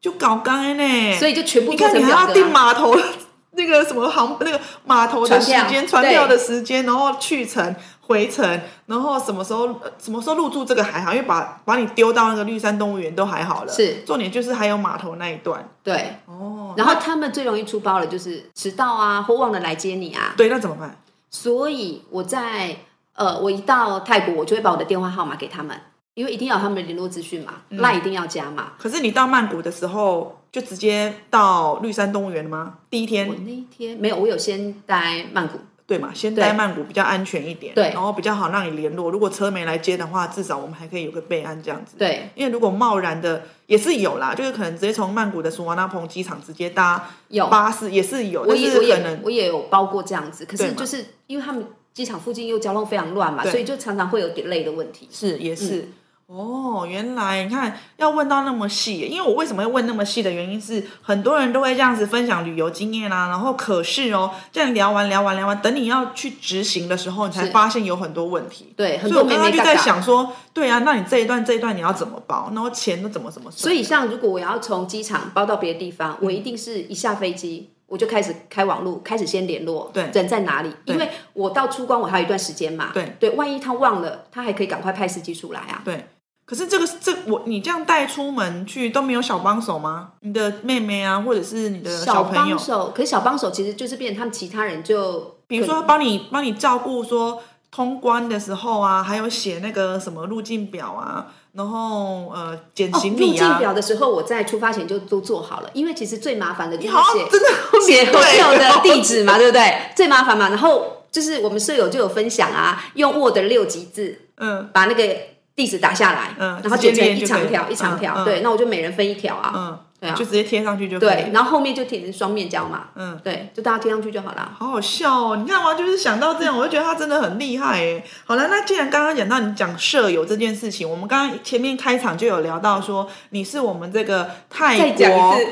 就搞干呢。所以以就全部你做看，成你还表要格订啊、码头 那个什么航那个码头的时船间、票船票的时间，然后去程、回程，然后什么时候呃什么时候入住这个还好，因为把把你丢到那个绿山动物园都还好了。是重点就是还有码头那一段对。哦。然后他们最容易出包的就是迟到啊，或忘了来接你啊。对，那怎么办？所以我在呃，我一到泰国，我就会把我的电话号码给他们，因为一定要有他们的联络资讯嘛，嗯赖、一定要加嘛。可是你到曼谷的时候就直接到绿山动物园了吗？第一天我那一天没有，我有先待曼谷，对嘛，先待对曼谷比较安全一点，对然后比较好让你联络。如果车没来接的话，至少我们还可以有个备案这样子。对，因为如果贸然的也是有啦，就是可能直接从曼谷的苏瓦纳蓬机场直接搭有，巴士也是有，我但也是我可也能我也有包过这样子，可对是嘛就是因为他们机场附近又交通非常乱嘛，对所以就常常会有 delay 的问题。是也是。嗯哦，原来你看要问到那么细，因为我为什么会问那么细的原因是，很多人都会这样子分享旅游经验啊，然后可是哦，这样聊完聊完聊完，等你要去执行的时候，你才是发现有很多问题。对，所很以多我妹刚刚妹就嘎在嘎。想说，对啊，那你这一段这一段你要怎么包，然后钱都怎么怎么算？所以，像如果我要从机场包到别的地方，我嗯一定是一下飞机我就开始开网路，开始先联络，对人在哪里？对因为我到出关我还有一段时间嘛，对对，万一他忘了，他还可以赶快派司机出来啊。对，可是这个这我你这样带出门去都没有小帮手吗？你的妹妹啊，或者是你的小朋友帮，手，可是小帮手其实就是变成他们其他人就，比如说帮你帮你照顾说。通关的时候啊，还有写那个什么路径表啊，然后呃，捡哦，行入李境啊，表的时候，我在出发前就都做好了，因为其实最麻烦的就你是好像写真的写对有哦的地址嘛，对不对？最麻烦嘛，然后就是我们舍友就有分享啊，用 Word 六级字 嗯把那个地址打下来，嗯然后直接练剪成一就可长以条了一长条，嗯嗯对，那我就每人分一条啊，嗯，对啊就直接贴上去就可以。对，，然后后面就贴成双面胶嘛，嗯，对，就大家贴上去就好啦。好好笑哦！你看嘛，就是想到这样，我就觉得他真的很厉害哎。好了，那既然刚刚讲到你讲舍友这件事情，我们刚刚前面开场就有聊到说你是我们这个泰再讲一国次，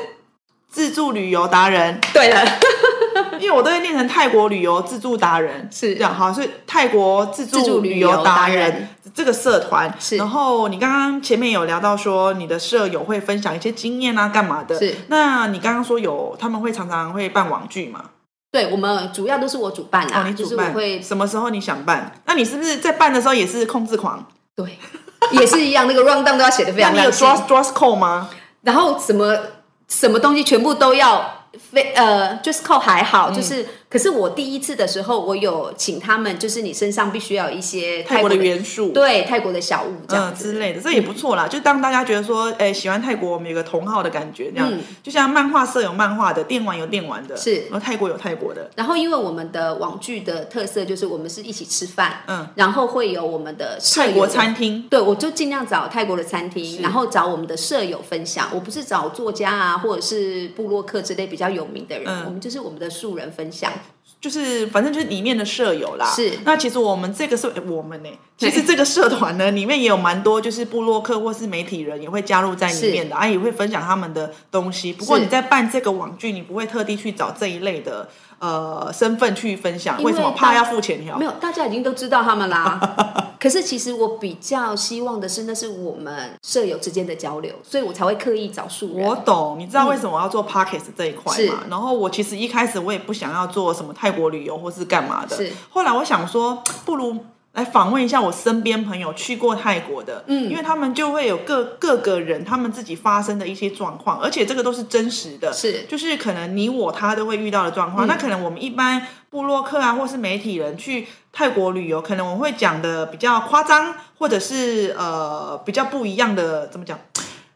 自助旅游达人，对了， 因为我都会念成泰国旅游自助达人，是这样好，所以泰国自自助助旅旅游游达达人人这个社团。是然后你刚刚前面有聊到说你的舍友会分享一些经验啊，干嘛的？是。那你刚刚说有他们会常常会办网剧嘛？对我们主要都是我主办哦，啊，你就主是我办会什么时候你想办？那你是不是在办的时候也是控制狂？对，也是一样，那个 round down 都要写的非那常你有详细 dress dress code 吗？然后什么什么东西全部都要非呃 d r e s s code 还嗯好，就是可是我第一次的时候，我有请他们，就是你身上必须要有一些泰国的的元素，对泰国的小物这样嗯子。之类的，这也不错啦。就当大家觉得说，哎，喜欢泰国，我们有个同好的感觉，这样。嗯就像漫画社有漫画的，电玩有电玩的，是然后泰国有泰国的，然后，因为我们的网剧的特色就是我们是一起吃饭，嗯，然后会有我们的舍友泰国餐厅，对，我就尽量找泰国的餐是厅，然后找我们的舍友分享。我不是找作家啊，或者是部落客之类比较有名的人，嗯我们就是我们的素人分享。就是反正就是里面的舍友啦。是那其实我们这个社，哎我们呢、其实这个社团呢，里面也有蛮多就是部落客或是媒体人也会加入在里面的，啊，也会分享他们的东西。不过是你在办这个网剧，你不会特地去找这一类的呃身份去分享，因为为什么大怕要付钱条没？有，大家已经都知道他们 啦。可是其实我比较希望的是，那是我们舍友之间的交流，所以我才会刻意找素我人。懂，你知道为什么我要做 podcast 这一块是嘛？然后我其实一开始我也不想要做什么泰国旅游或是干嘛的，是后来我想说，不如来访问一下我身边朋友去过泰国的，嗯因为他们就会有各各个人他们自己发生的一些状况，而且这个都是真实的，是嗯就是可能你我他都会遇到的状况。那可能我们一般部落客啊，或是媒体人去泰国旅游，可能我们会讲的比较夸张，或者是呃比较不一样的，怎么讲？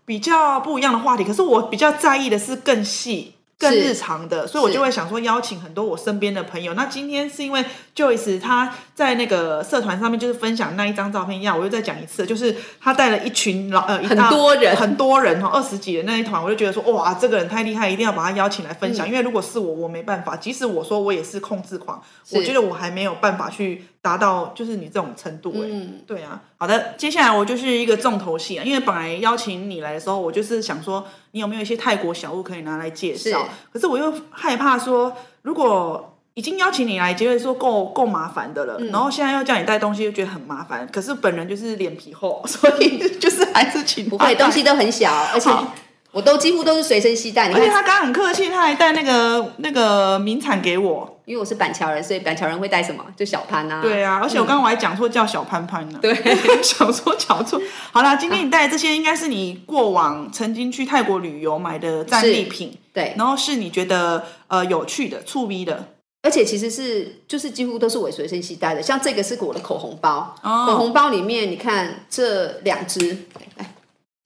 比较不一样的话题，可是我比较在意的是更细、更是日常的，所以我是就会想说邀请很多我身边的朋友。那今天是因为 Joyce 她在那个社团上面就是分享那一张照片一样，我又再讲一次，就是她带了一群老呃一大很多人很多人哦，二十几人那一团，我就觉得说哇，这个人太厉害，一定要把他邀请来分嗯享，因为如果是我，我没办法。即使我说我也是控制狂，是我觉得我还没有办法去达到就是你这种程度哎、嗯，对啊，好的，接下来我就是一个重头戏啊，因为本来邀请你来的时候，我就是想说你有没有一些泰国小物可以拿来介绍是，可是我又害怕说，如果已经邀请你来，觉得说够够麻烦的了，嗯然后现在要叫你带东西，又觉得很麻烦。可是本人就是脸皮厚，所以就是还是请不他会，带东西。都很小，啊而且好我都几乎都是随身携带。你而且他看，刚刚很客气，他还带那个那个名产给我。因为我是板桥人，所以板桥人会带什么？就小潘啊。对啊，而且我刚刚我还讲错叫小潘潘呢、对， 想说讲错。好啦，今天你带的这些应该是你过往曾经去泰国旅游买的战利品，对，然后是你觉得呃有趣的、触逼的。而且其实是就是几乎都是我随身携带的，像这个是我的口红包，哦口红包里面你看这两支，来，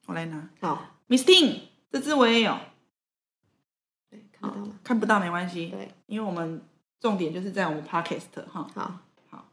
我来拿好， ，Miss Ting，这只我也有，对看得到吗？看不到没关系，对，因为我们重点就是在我们 Podcast 哈。好，好，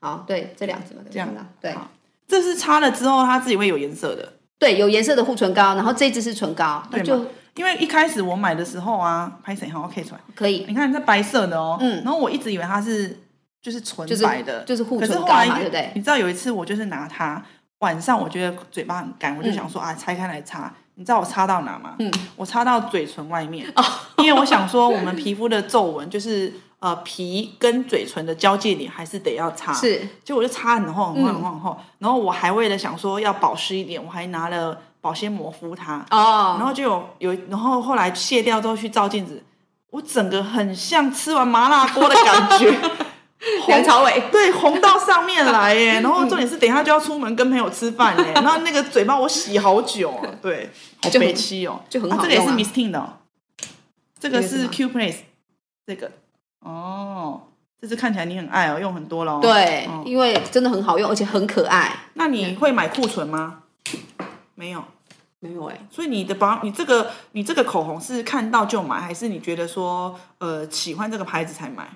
好，对，这两支嘛，对这样看得到对好这是擦了之后，它自己会有颜色的。对，有颜色的护唇膏，然后这支是唇膏，对那嘛就因为一开始我买的时候啊，拍谁好 OK 出来，可以，你看这白色的哦，嗯然后我一直以为它是就是纯就是白的，就是护可是唇后膏来就嘛，对不对？你知道有一次我就是拿它，晚上我觉得嘴巴很干，我就想说、啊，拆开来擦。你知道我擦到哪吗？嗯，哦我擦到嘴唇外面，因为我想说我们皮肤的皱纹就是呃皮跟嘴唇的交界点还是得要擦，是就我就擦很厚很厚嗯很厚很厚，然后我还为了想说要保湿一点，我还拿了保鲜膜敷它，然哦，后就有有，然后后来卸掉之后去照镜子，我整个很像吃完麻辣锅的感 觉，梁朝伟，对， 红到上面来耶。然后重点是，等一下就要出门跟朋友吃饭 耶，然后那个嘴巴我洗好久、哦，对，好就很悲戚哦，就很啊好这个也用是啊 Miss Teen 的、哦，这个这个是是吗 Q Place，这个哦，这只看起来你很爱哦，用很多喽。，对嗯哦，因为真的很好用，而且很可爱。那你会买库存吗？没有。欸没有哎，所以你的保，你这个你这个口红是看到就买，还是你觉得说呃喜欢这个牌子才买？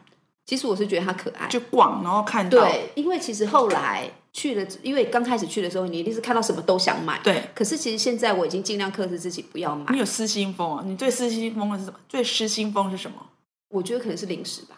其实我是觉得他可爱，就逛，然后看到对，因为其实后来去了，因为刚开始去的时候，你一定是看到什么都想买，。对可是其实现在我已经尽量克制自己不要买你，有失心疯啊？你最失心疯的是什么？最失心疯是什么？我觉得可能是零食吧。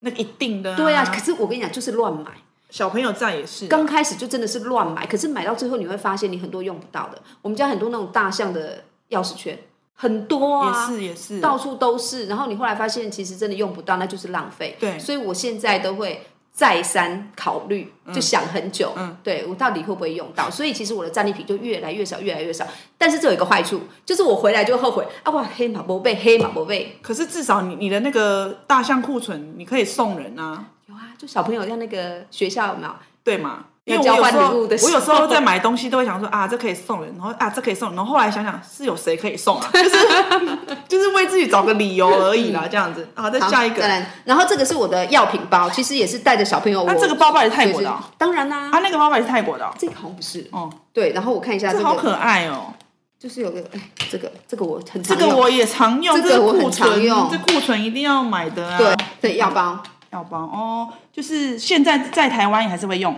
那一定的、对啊，可是我跟你讲，就是乱买。小朋友在也是啊刚开始就真的是乱买，可是买到最后你会发现你很多用不到的。我们家很多那种大象的钥匙圈，很多啊，也是也是到处都是。然后你后来发现其实真的用不到，那就是浪费。对所以我现在都会再三考虑，就想很久，嗯对我到底会不会用到。所以其实我的战利品就越来越少，越来越少。但是这有一个坏处，就是我回来就后悔啊，哇，黑马不被，黑马不被。可是至少你你的那个大象库存，你可以送人啊，有啊，就小朋友在那个学校有没有？对吗？因要为我有交换时候礼物的时我候有时候在买东西都会想说啊，这可以送人，然后啊，这可以送人，然后后来想想是有谁可以送啊，就是就是 为自己找个理由而已啦，这样子。好，再嗯好下一再个，来然后这个是我的药品包，其实也是带着小朋友我。那啊这个包包也是泰国的哦就是当然啦、啊，那个包包也是泰国的哦，这个好像不是哦。对，然后我看一下这这个，好可爱哦，就是有个哎，这个这个我很这常个用我也常用，这个这我很库存常用这库存一定要买的啊。对对药包，要包哦，就是现在在台湾也还是会用。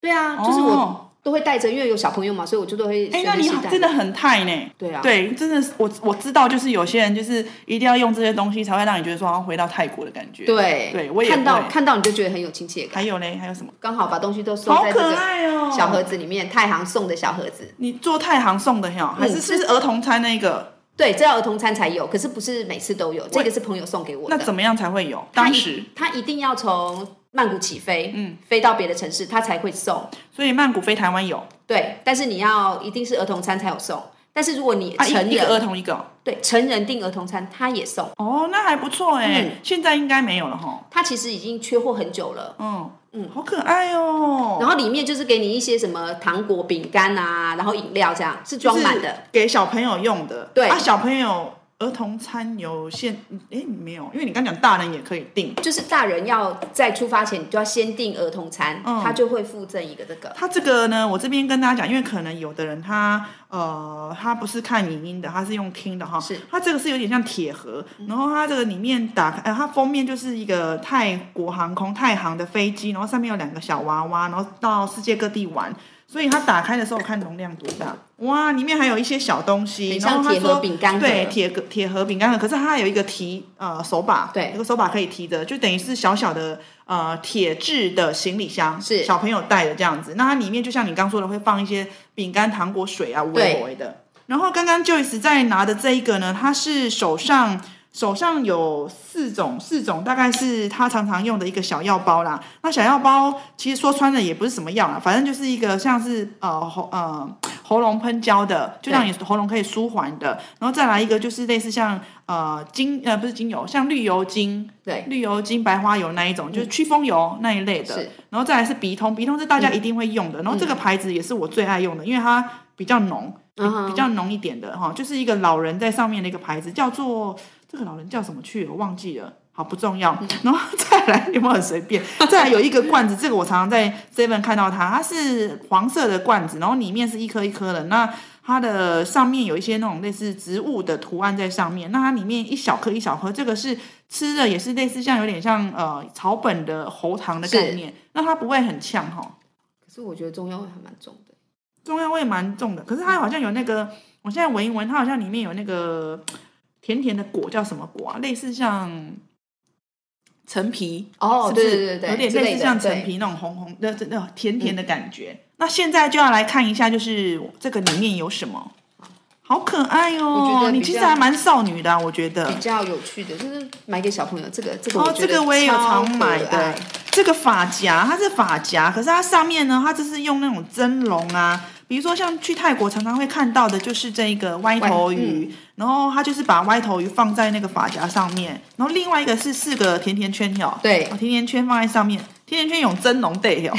对啊，就是我哦，都会带着，因为有小朋友嘛，所以我就都会哎、随那身你携带。真的很泰呢。对啊，对，真的是我我知道，就是有些人就是一定要用这些东西，才会让你觉得说好像回到泰国的感觉。，对对我也看到会看到你就觉得很有亲切感，还有嘞，还有什么？刚好把东西都收好在这可个爱哦、小盒，子里面，太行送的小盒子。你做太行送的哟，还是嗯是不是儿童餐那个？对，这要儿童餐才有，可是不是每次都有，这个是朋友送给我的。那怎么样才会有？他当一时，他一定要从曼谷起飞，嗯，飞到别的城市，他才会送。所以曼谷飞台湾有对，但是你要一定是儿童餐才有送。但是如果你啊，一成一个人，儿童一个哦。对成人订儿童餐，他也送。哦，那还不错哎、嗯现在应该没有了哈。他其实已经缺货很久了。嗯嗯好可爱哦、然后里面就是给你一些什么糖果、饼干啊，然后饮料这样，是装满的。，给小朋友用的。对啊，小朋友儿童餐有限，哎，没有，因为你刚讲大人也可以订。就是大人要在出发前，你就要先订儿童餐，嗯他就会附赠一个这个。他这个呢，我这边跟大家讲，因为可能有的人他呃，他不是看影音的，他是用听的哈。是。嗯他这个是有点像铁盒，然后它这个里面打开，呃，它封面就是一个泰国航空泰航的飞机，然后上面有两个小娃娃，然后到世界各地玩。所以它打开的时候，我看容量多大，哇，里面还有一些小东西，很然像后他铁盒说饼干盒对，铁格铁盒饼干盒，可是它有一个提呃手把，对有个手把可以提着，就等于是小小的呃铁质的行李箱，是小朋友带的这样子。那它里面就像你刚说的，会放一些饼干、糖果、水啊，微对博的。然后刚刚 Joyce 在拿的这一个呢，它是手上手上有四种四种，大概是他常常用的一个小药包啦。那小药包其实说穿了也不是什么药啦，反正就是一个像是呃喉呃喉咙喷胶的，就让你喉咙可以舒缓的。然后再来一个就是类似像呃精呃不是精油，像绿油精。对，绿油精、白花油那一种，就是祛风油那一类的是。然后再来嗯是嗯鼻通，鼻通是大家一定会用的。然后这个牌子也是我最爱用的，因为它比较浓，比嗯哼比较浓一点的哈，就是一个老人在上面的一个牌子，叫做这个老人叫什么去了，我忘记了。好不重要，然后再来有没有很随便？再来有一个罐子，这个我常常在 Seven 看到它，它是黄色的罐子，然后里面是一颗一颗的，那它的上面有一些那种类似植物的图案在上面，那它里面一小颗一小颗，这个是吃的，也是类似像有点像呃草本的喉糖的概是念，那它不会很呛哈、可是我觉得中药味还蛮重的。中药味蛮重的，可是它好像有那个，我现在闻一闻，它好像里面有那个甜甜的果，叫什么果啊？类似像陈皮哦是不是对对对对有点之类类的似像陈皮那种红红的、那种甜甜的感觉。那现在就要来看一下，就是这个里面有什么，好可爱我觉哦！得你比其实较还蛮少女的啊、我觉得比。较有趣的，就是买给小朋友这个这个哦，觉这得个我也有超哎常买可的爱。这个发夹，它是发夹，可是它上面呢，它就是用那种蒸笼啊，比如说像去泰国常常会看到的，就是这个歪头嗯鱼，然后它就是把歪头鱼放在那个发夹上面，然后另外一个是四个甜甜圈哟，对哦甜甜圈放在上面，甜甜圈有蒸笼对哟，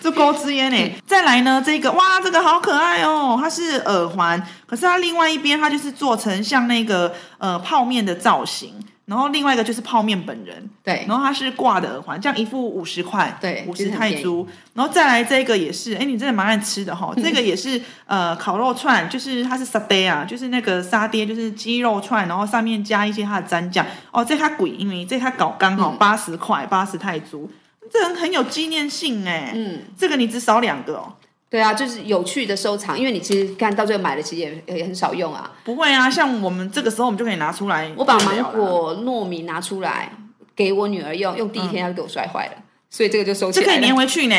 这钩之烟呢。再来呢，这个哇，这个好可爱哦，它是耳环，可是它另外一边它就是做成像那个呃泡面的造型。然后另外一个就是泡面本人，对然后它是挂的耳环，这样一副五十块，对五十其实很泰铢，然后再来这个也是，哎，你真的蛮爱吃的嗯哈、这个也是呃烤肉串，就是它是沙爹啊，就是那个沙爹，就是鸡肉串，然后上面加一些它的蘸酱，哦，这它鬼因为这它搞刚嗯好八十块，八十泰铢，这很很有纪念性哎，嗯，这个你只少两个哦。对啊，就是有趣的收藏，因为你其实看到最后买的其实也也很少用啊。不会啊，像我们这个时候我们就可以拿出来。我把芒果糯米拿出来给我女儿用，用第一天她就给我摔坏了，所以这个就收起嗯这可来以粘了。回去呢，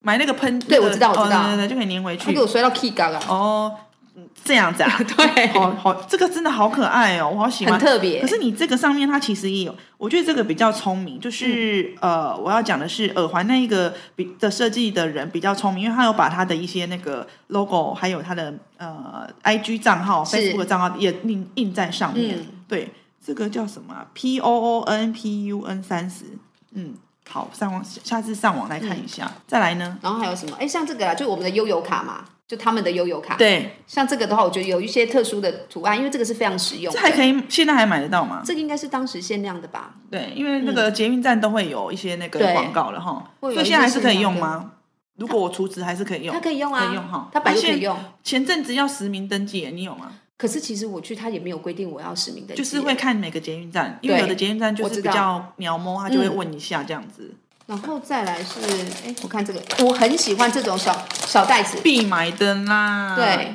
买那个喷。对那个我知道我知道哦对对对，就可以粘回她去给。我摔到啊 K 嘎嘎，，哦，嗯这样子啊 对好好，这个真的好可爱哦，我好喜欢。很特别可。是你这个上面它其实也有，我觉得这个比较聪明，就是、嗯呃，我要讲的是耳环那一个比的设计的人比较聪明，因为他有把他的一些那个 logo，还有他的呃 IG 账号、是 Facebook 账号也印印在上面。嗯对，这个叫什么、啊、？P O O N P U N 三十，嗯。好，上网下次上网来看一嗯下，再来呢？然后还有什么？哎，像这个啊，就我们的悠游卡嘛，就他们的悠游卡。，对，像这个的话，我觉得有一些特殊的图案，因为这个是非常实用这的。还可以，现在还买得到吗？这个应该是当时限量的吧？对，因为那个捷运站都会有一些那个嗯对广告了哈，会有所一以现在还是可以些用新的吗？如果我储值还是可以用它。可以用可啊，以用哈它本来就可而以且用。前阵子要实名登记耶，你有吗？可是其实我去，它也没有规定我要实名登就记，是会。看每个捷运站，因为对有的捷运站就我是知比道嗯较鸟摸，他就会问一下这样子。然后再来是，哎，我看这个，我很喜欢这种小小袋子，必买的啦，对，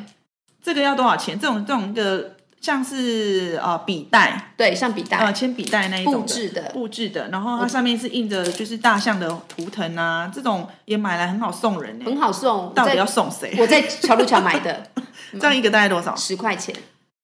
这个要多少钱？这种这种的像是呃笔袋，对，像笔呃袋铅笔袋那一种布的置的，布置的，然后它上面是印着就是大象的图腾啊，这种也买来很好送人呢。很好送。我到底在要送谁？我在桥路桥买的， 这样一个大概多少？十块钱。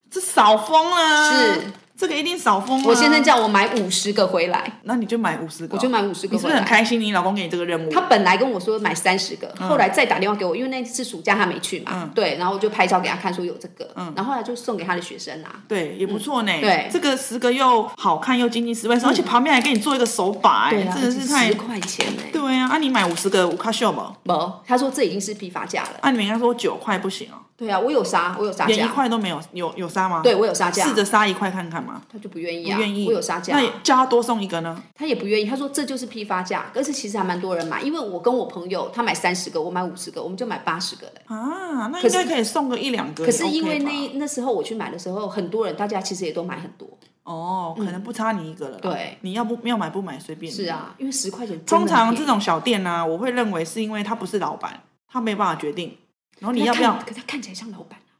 这少疯了，啊是这个一定少疯了。啊我先生，叫我买五十个回来，那你就买五十个，我就买五十你个是回不是很来。开心？你老公给你这个任务，他本来跟我说买三十个，后来再打电话给我，因为那次暑假他没去嘛，嗯对，然后我就拍照给他看，说有这个，然后后来就送给他的学生啊，对也不错呢、对嗯这个十个又好看又经济实惠，而且旁边还给你做一个手把、哎对啊，真的是太十块钱呢、对啊！啊，你买五十个五卡秀吧？没，他说这已经是批发价了。啊，你们应该说九块不行哦、对啊，我有杀，我有杀连一价，块都没有，有有杀吗？对我有杀价试，着杀一块看看嘛，他就不愿意不啊，愿意。我有杀价那，也叫他多送一个呢？他也不愿意，他说这就是批发价，可是其实还蛮多人买，因为我跟我朋友他买三十个，我买五十个，我们就买八十个嘞。啊，那可应是该可以送个一两个也可 OK 吧。是因为那那时候我去买的时候，很多人大家其实也都买很多，哦，可能不差你一个了啦。嗯对你要不要买不买随便你。是啊，因为十块钱真通的很常便这宜种小店呢、我会认为是因为他不是老板，他没办法决定。然后你可要他不要看？可他看起来像老板啊，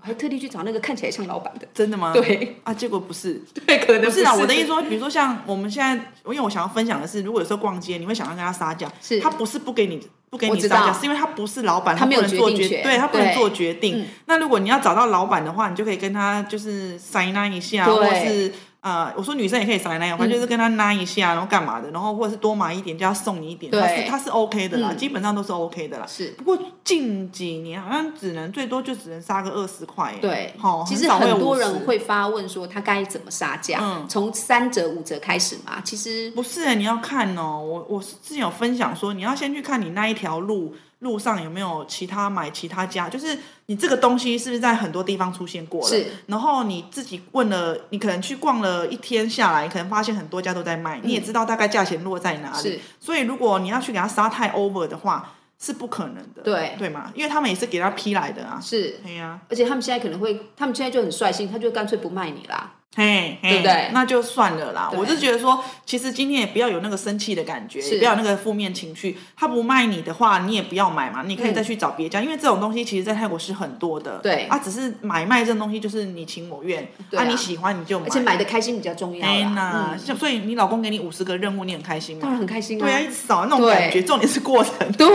我还特地去找那个看起来像老板的，真的吗？对啊，结果不是，对，可能不不是啊。我的意思说，比如说像我们现在，因为我想要分享的是，如果有时候逛街，你会想要跟他杀价，是他不是不给你不给我你知杀价，道是因为他不是老板，他没有不能做决定决，权对他不能对做决定嗯。那如果你要找到老板的话，你就可以跟他就是塞那一下，对嗯或是。呃，我说女生也可以塞那样，反正就是跟他拉一下，然后干嘛的，然后或者是多买一点，叫他送你一点，对他是他是 OK 的啦，嗯基本上都是 OK 的啦。是不过近几年好像只能最多就只能杀个二十块耶，对，好、其实少有很多50人会发问说他该怎么杀价嗯，从三折五折开始嘛。其实不是、你要看哦，我我是之前有分享说，你要先去看你那一条路路上有没有其他买其他家，就是你这个东西是不是在很多地方出现过了，是然后你自己问了，你可能去逛了一天下来，你可能发现很多家都在卖，你也知道大概价钱落在哪里，嗯是所以如果你要去给他杀太 over 的话，是不可能的，对对嘛，因为他们也是给他批来的啊，是，对呀、而且他们现在可能会，他们现在就很率性，他就干脆不卖你啦。嘿，对不对那就算了啦。对我是觉得说，其实今天也不要有那个生气的感觉，是也不要有那个负面情绪。他不卖你的话，你也不要买嘛，嗯你可以再去找别家，因为这种东西其实，在泰国是很多的。对啊，只是买卖这种东西就是你情我愿，对啊你喜欢你就买。而且买的开心比较重要哎啦呐，。嗯，像所以你老公给你五十个任务，你很开心吗？当然很开心对啊，一啊直。扫那种感觉，对重点是过程。 对，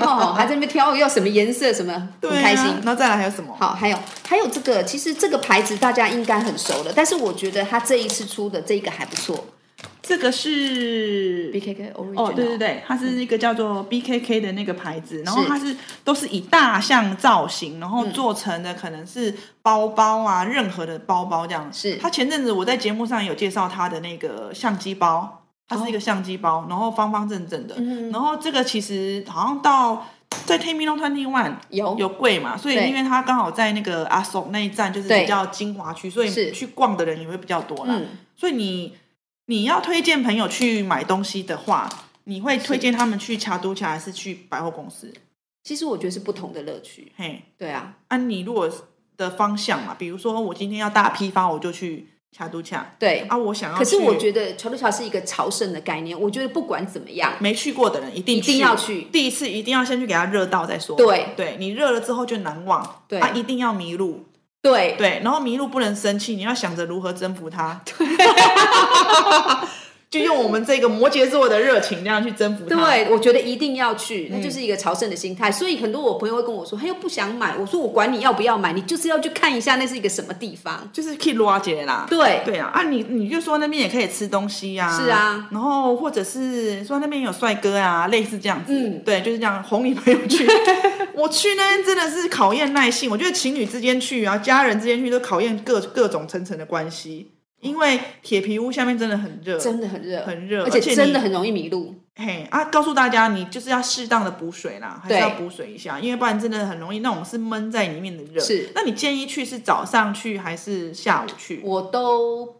哦，还在那边挑要什么颜色什么，很对啊开心。嗯然后再来还有什么？好，还有还有这个，其实这个牌子大家应该很熟了，但是我觉得它这一次出的这个还不错这个是，B K K Orange。哦，对对，对，它是那个叫做 BKK 的那个牌子，然后嗯是嗯它是都是以大象造型，然后做成的可能是包包啊，任何的包包这样。是它前阵子我在节目上有介绍它的那个相机哦嗯嗯包，它是一个相机包，然后方方正正的。然后这个其实好像到在 t a m i n o Twenty One 有有贵嘛，所以哦对因为它刚好在那个阿松那一站就是对比较精华区，所以是去逛的人也会比较多啦。嗯，所以你你要推荐朋友去买东西的话，你会推荐他们去卡都卡还是去百货公司？其实我觉得是不同的乐趣。嘿，对啊，啊，你如果的方向嘛，比如说我今天要大批发，我就去卡都卡对。啊，我想要去，可是我觉得乔鲁乔是一个朝圣的概念，我觉得不管怎么样，没去过的人一定一定要去。第一次一定要先去给他热到再说。对对你热了之后就难忘。对啊，一定要迷路。对对，然后迷路不能生气，你要想着如何征服他。对， 就用我们这个摩羯座的热情，那样去征服他。，对，我觉得一定要嗯去，那就是一个朝圣的心态。所以很多我朋友会跟我说，他又哎不想买，我说我管你要不要买，你就是要去看一下那是一个什么地方。就是 keep 拉姐啦。对 对啊，啊你你就说那边也可以吃东西呀、是啊，然后或者是说那边有帅哥啊，类似这样子，嗯对，就是这样哄你朋友 去。我去那边真的是考验耐性，我觉得情侣之间去啊，家人之间去都考验各各种层层的关系，因为铁皮屋下面真的很热，真的很热，很热而且而且你真的很容易迷路。嘿啊，告诉大家你就是要适当的补水啦，还是对要补水一下，因为不然真的很容易那种是闷在里面的热。是那你建议去是早上去还是下午去？我都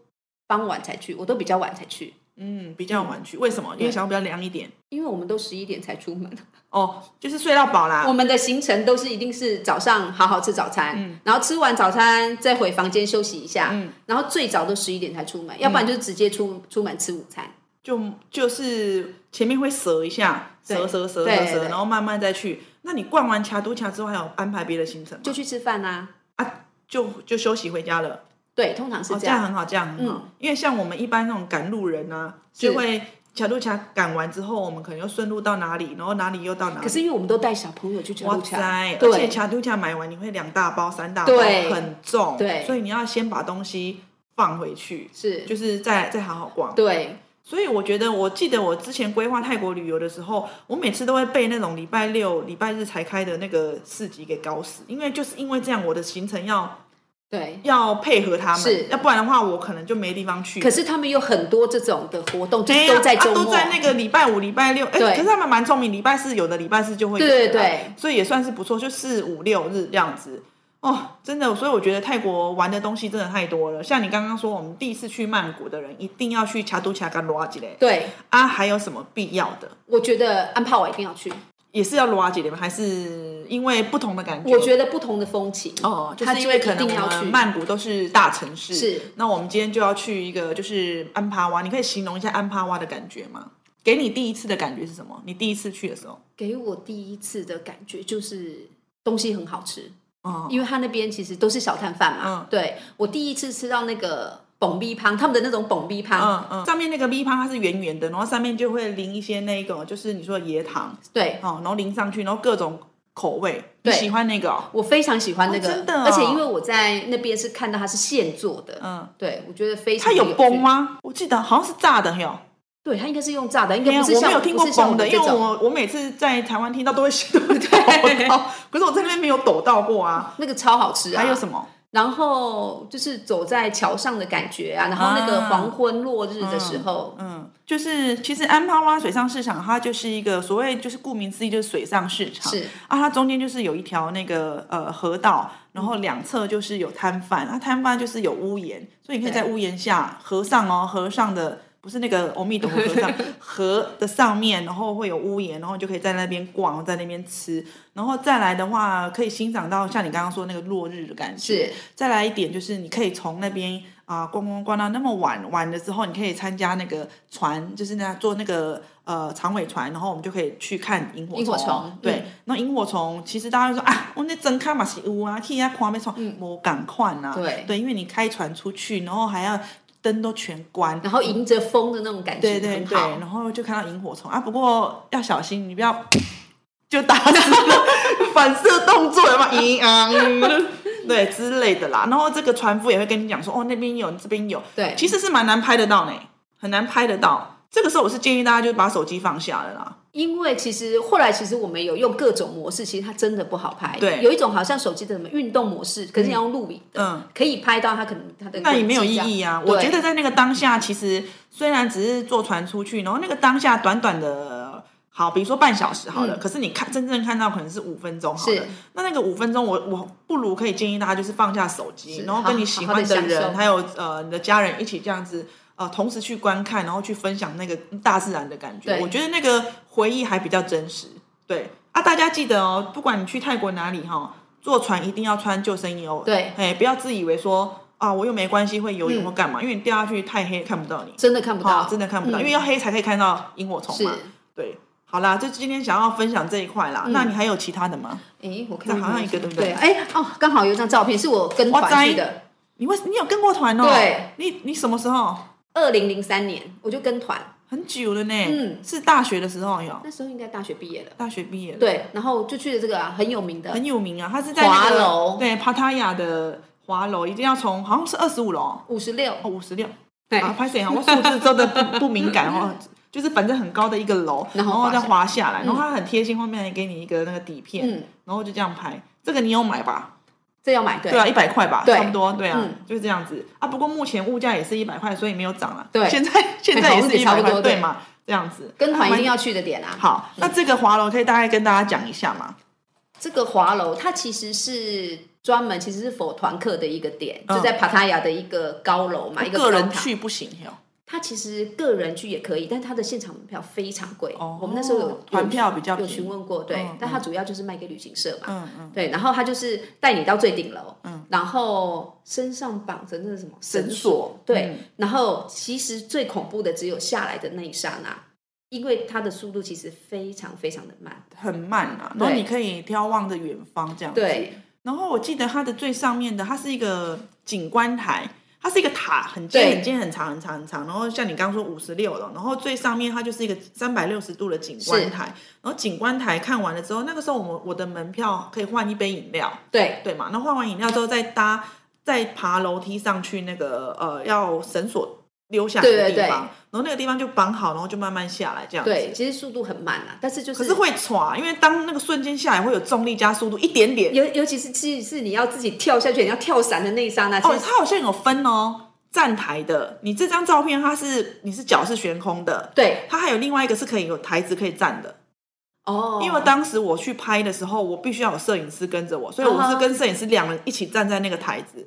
傍晚才去，我都比较晚才去，嗯，比较晚去，为什么？因为想要比较凉一点。因为我们都十一点才出门。哦，就是睡到饱我啦。们的行程都是一定是早上好好吃早餐，嗯然后吃完早餐再回房间休息一下，然后最早都十一点才出嗯门，要不然就是直接出出门吃午餐。就就是前面会折一下，对折折折折对对折，对然后慢慢再去。那你逛完卡都卡之后，还有安排别的行程吗？就去吃饭啊。啊，就就休息回家了。对，通常是哦，这这样。嗯样很好，这样很好。因为像我们一般那种赶路人啊，是就会卡都卡赶完之后，我们可能又顺路到哪里，然后哪里又到哪里。可是因为我们都带小朋友去吃哇路桥塞，，而且对，卡都卡买完你会两大包、三大包，对很重，对所以你要先把东西放回去，是，就是再再好好逛。对，所以我觉得，我记得我之前规划泰国旅游的时候，我每次都会被那种礼拜六、礼拜日才开的那个市集给搞死，因为就是因为这样，我的行程要对。要配合他是们，要不然的话，我可能就没地方去。可是他们有很多这种的活动，就没是有都在啊周末，都在那个礼拜五、礼拜六，哎、对可是他们蛮聪明，礼拜四有的，礼拜四就会有对对了对所以也算是不错，就四五六日这样子。哦，真的，所以我觉得泰国玩的东西真的太多了。像你刚刚说，我们第一次去曼谷的人，一定要去恰都恰干罗阿吉嘞。对，啊，还有什么必要的？我觉得安帕瓦一定要去。也是要罗阿吉的吗？还是因为不同的感觉？我觉得不同的风情，哦，就他是因为一可能定要我们去曼谷都是大城市，是。那我们今天就要去一个就是安帕瓦，你可以形容一下安帕瓦的感觉吗？给你第一次的感觉是什么？你第一次去的时候，给我第一次的感觉就是东西很好吃，哦，因为他那边其实都是小摊贩嘛。嗯对我第一次吃到那个蹦逼汤，他们的那种蹦逼汤，嗯嗯，上面那个 V 趴它是圆圆的，然后上面就会淋一些那个就是你说的椰糖，对哦，然后淋上去，然后各种口味，你对喜欢那个、哦？我非常喜欢那个，哦真的哦而且因为我在那边是看到它是现做的，嗯，对我觉得非常它有趣崩？吗？我记得好像是炸的哟。对，它应该是用炸的，应没该有，不是我没像有听过不是像崩的，们因为这种我我每次在台湾听到都会都 会抖到，可是我在那边没有抖到过啊。那个超好吃啊，还有么？什么？然后就是走在桥上的感觉啊，然后那个啊黄昏落日的时候，嗯，就是其实安帕哇水上市场，它就是一个所谓就是顾名思义就是水上市场。是啊，它中间就是有一条那个呃河道，然嗯后两侧就是有摊贩，啊摊贩就是有屋檐，所以你可以在对屋檐下河上哦，河上的不是那个阿弥陀佛河 上河的上面，然后会有屋檐，然后就可以在那边逛，在那边吃，然后再来的话可以欣赏到像你刚刚说那个落日的感觉。是再来一点就是你可以从那边啊、逛逛逛到那么晚，晚了之后你可以参加那个船，就是那坐那个呃长尾船，然后我们就可以去看萤火萤火虫嗯对，那萤火虫其实大家就说啊，我那真看嘛是有啊，去人家看没错，我赶快啊，嗯对对，因为你开船出去，然后还要灯都全关。然后迎着风的那种感觉，对对很对，好然后就看到萤火虫啊，不过要小心，你不要 就打死了， 反射动作有没有？ 咦啊，嗯 对之类的啦。然后这个船夫也会跟你讲说，哦，那边有，这边有，对其实是蛮难拍得到呢，很难拍得到。这个时候我是建议大家就把手机放下了啦。因为其实后来其实我们有用各种模式，其实它真的不好拍。对有一种好像手机的什么运动模式，可是你要用录影的，嗯可以拍到它可能它的那也没有轨意迹这样义啊。对我觉得在那个当下，其实虽然只是坐船出去，然后那个当下短短的好，比如说半小时好了，可是你看真正看到可能是五分钟好了嗯是，那那个五分钟我我不如可以建议大家就是放下手机，然后跟你好喜好好欢地的享人受还有呃你的家人一起这样子。呃，同时去观看，然后去分享那个大自然的感觉，对我觉得那个回忆还比较真实。对啊，大家记得哦，不管你去泰国哪里哈、坐船一定要穿救生衣哦。对哎，不要自以为说啊，我又没关系，会游嗯泳或干嘛，因为你掉下去太黑看不到你，真的看不好、到，真的看不到，嗯因为要黑才可以看到萤火虫是嗯嘛。对，好啦，就今天想要分享这一块啦。那你还有其他的吗？哎，我看这好像一个对不对对？哎哦，刚好有一张照片是我跟团去的，你为你有跟过团哦？对，你你什么时候？二零零三年我就跟团，很久了呢。嗯是大学的时候有，那时候应该大学毕业了，大学毕业了。，对，然后就去了这个啊很有名的，很有名啊，他是在那华个楼对帕塔亚的华楼，一定要从好像是二十五楼。五十六，哦，五十六对啊，拍谁啊？我数字真的 不不敏感哦，就是反正很高的一个楼，然然后后滑再下滑下来，然后它很贴心，后面还给你一个那个底片，嗯然后就这样拍。这个你有买吧？这要买对对啊，一百块吧，对差不多，对啊，嗯就是这样子啊。不过目前物价也是一百块，所以没有涨了。对现在 现在也好像是也一差百不块，多对对嘛？这样子跟团一定啊要去的点啊蛮。好。那这个滑楼可以大概跟大家讲一下嘛？这个华楼它其实是专门其实是否团客的一个点，嗯哦就在帕塔亚的一个高楼嘛，一个高人塔去不行哟，它其实个人去也可以，但它的现场门票非常贵。哦我们那时候有团票比较有便宜询问过，对，嗯但它主要就是卖给旅行社嘛。嗯嗯，对，然后它就是带你到最顶楼，嗯，然后身上绑着那个什么绳索索，对，嗯然后其实最恐怖的只有下来的那一刹那，因为它的速度其实非常非常的慢，很慢啊。然后对你可以眺望着远方这样子。对，然后我记得它的最上面的，它是一个景观台，它是一个塔，很尖、对很尖、很长、很长、很长。然后像你刚刚说五十六楼，然后最上面它就是一个三百六十度的景观台。然后景观台看完了之后，那个时候我们我的门票可以换一杯饮料，对，对嘛？那换完饮料之后再搭，再爬楼梯上去那个呃要绳索溜下来对的对地对方，然后那个地方就绑好，然后就慢慢下来这样子。对，其实速度很慢啊，但是就是可是会垮，因为当那个瞬间下来会有重力加速度一点点，尤尤其是其实是你要自己跳下去，你要跳伞的那一刹那，其哦，实它好像有分哦，站台的，你这张照片它是你是脚是悬空的，对它还有另外一个是可以有台子可以站的。哦，因为当时我去拍的时候，我必须要有摄影师跟着我，所以我啊是哈跟摄影师两人一起站在那个台子。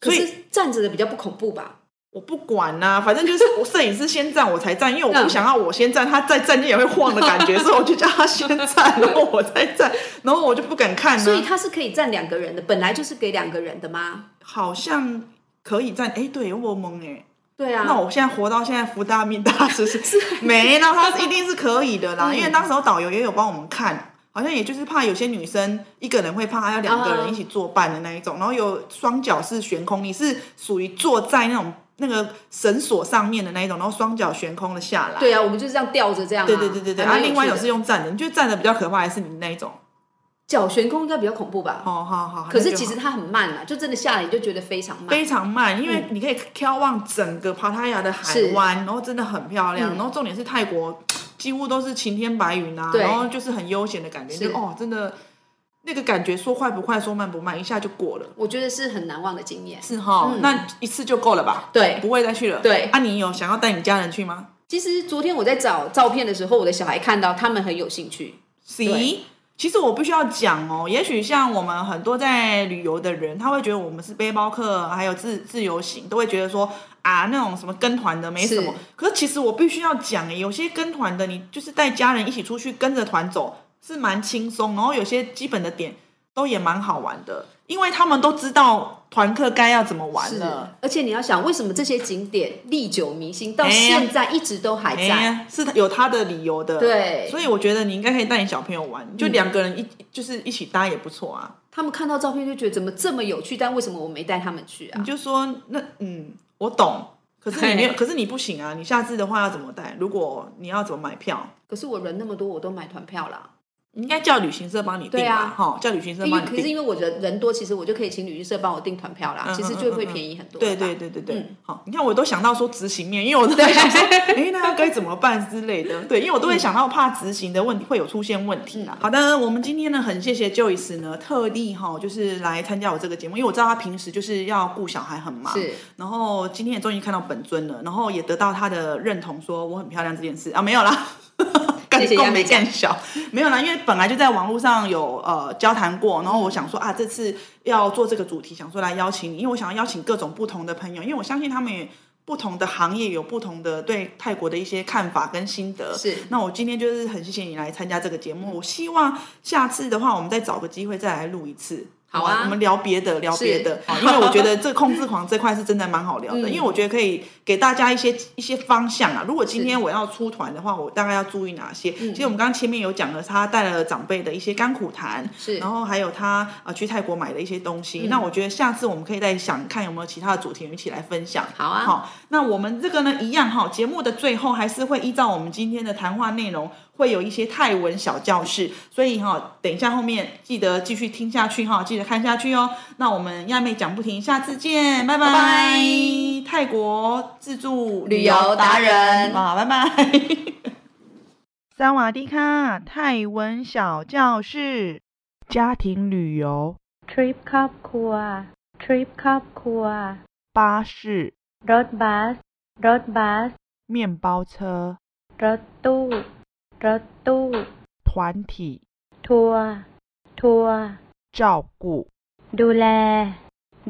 可所以是站着的比较不恐怖吧？我不管呐、反正就是我摄影师先站，我才站，因为我不想要我先站，他再站也会晃的感嗯觉，所以我就叫他先站，然后我再站，然后我就不敢看、啊。所以它是可以站两个人的，本来就是给两个人的吗？好像可以站，哎、对我懵哎、对啊，那我现在活到现在，福大命大是是 没那他是一定是可以的嗯啦，因为当时候导游也有帮我们看，好像也就是怕有些女生一个人会怕，要两个嗯人一起作伴的那一种，然后有双脚是悬空，你是属于坐在那种那个绳索上面的那一种，然后双脚悬空的下来。对啊，我们就是这样吊着这样、啊。对对对对对，还啊，蛮有另外趣有的是用站的，你觉得站的比较可怕，还是你那一种？脚悬空应该比较恐怖吧？哦，好好。可那是就其实好它很慢啊，就真的下来你就觉得非常慢。嗯非常慢，因为你可以眺望整个帕塔亚的海湾，然后真的很漂嗯亮。然后重点是泰国几乎都是晴天白云啊，对然后就是很悠闲的感觉，是就哦，真的那个感觉说快不快，说慢不慢，一下就过了。我觉得是很难忘的经验。是哈，那一次就够了吧？对不会再去了。嗯对啊，你有想要带你家人去吗？其实昨天我在找照片的时候，我的小孩看到他们很有兴趣。行。其实我必须要讲哦，也许像我们很多在旅游的人，他会觉得我们是背包客，还有自自由行，都会觉得说啊，那种什么跟团的没什么是。可是其实我必须要讲，有些跟团的，你就是带家人一起出去跟着团走是蛮轻松，然后有些基本的点都也蛮好玩的，因为他们都知道团客该要怎么玩是了。，而且你要想，为什么这些景点历久弥新，到哎呀现在一直都还哎在？呀，是有他的理由的。对所以我觉得你应该可以带你小朋友玩，就两个人一、就是一起搭也不错啊。他们看到照片就觉得怎么这么有趣，但为什么我没带他们去啊你？就说那嗯，我懂，可是你没有，可是你不行啊！你下次的话要怎么带？如果你要怎么买票，可是我人那么多，我都买团票啦。你应该叫旅行社帮你订对啊吧？哈、叫旅行社因为帮可你是订。因为我人人多，其实我就可以请旅行社帮我订团票啦，嗯其实就会便宜很多。对吧对。对对对嗯，好、你看我都想到说执行面，因为我都在想说， 哎，那要该怎么办之类的。对，因为我都会想到怕执行的问题会有出现问题啦。嗯好的，我们今天呢很谢谢 Joyce 呢特地哈、就是来参加我这个节目，因为我知道她平时就是要顾小孩很忙，是然后今天也终于看到本尊了，然后也得到他的认同，说我很漂亮这件事啊，没有啦， 谢谢共亚美鸣酱更小。没有啦，因为本来就在网络上有呃交谈过，然后我想说啊，这次要做这个主题，想说来邀请你，因为我想要邀请各种不同的朋友，因为我相信他们也。不同的行业有不同的对泰国的一些看法跟心得，是那我今天就是很谢谢你来参加这个节目，我希望下次的话，我们再找个机会再来录一次。好啊我们聊别的，聊是别的，因为我觉得这控制狂这块是真的蛮好聊的，嗯因为我觉得可以给大家一些一些方向啊。如果今天我要出团的话，我大概要注意哪些？嗯其实我们刚刚前面有讲了，他带了长辈的一些甘苦谈，是嗯然后还有他呃去泰国买的一些东西。那我觉得下次我们可以再想看有没有其他的主题一起来分享。好啊好，那我们这个呢一样哈，节目的最后还是会依照我们今天的谈话内容。会有一些泰文小教室，所以哈、等一下后面记得继续听下去哈、记得看下去哦。那我们亚妹讲不停，下次见，拜拜。拜泰国自助旅游达人啊，拜拜。萨瓦迪卡，泰文小教室，家庭旅游 ทริปครอบครัว ทริปครอบครัว 巴士， รถบัส รถบัส 面包车， รถตู้ รถตู้ 团体， ทัวร์ ทัวร์ 照顾 ดูแล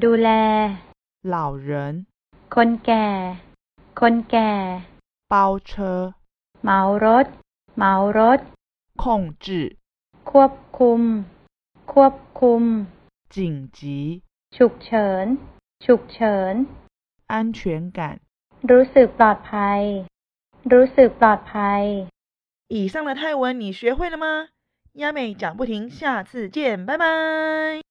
ดูแล 老人， คนแก่ คนแก่ 包车， เหมารถ เหมารถ 控制， ควบคุม ควบคุม 紧急， ฉุกเฉิน ฉุกเฉิน 安全感。 รู้สึกปลอดภัย รู้สึกปลอดภัย 以上的泰文你学会了吗？亚美讲不停，下次见，拜拜。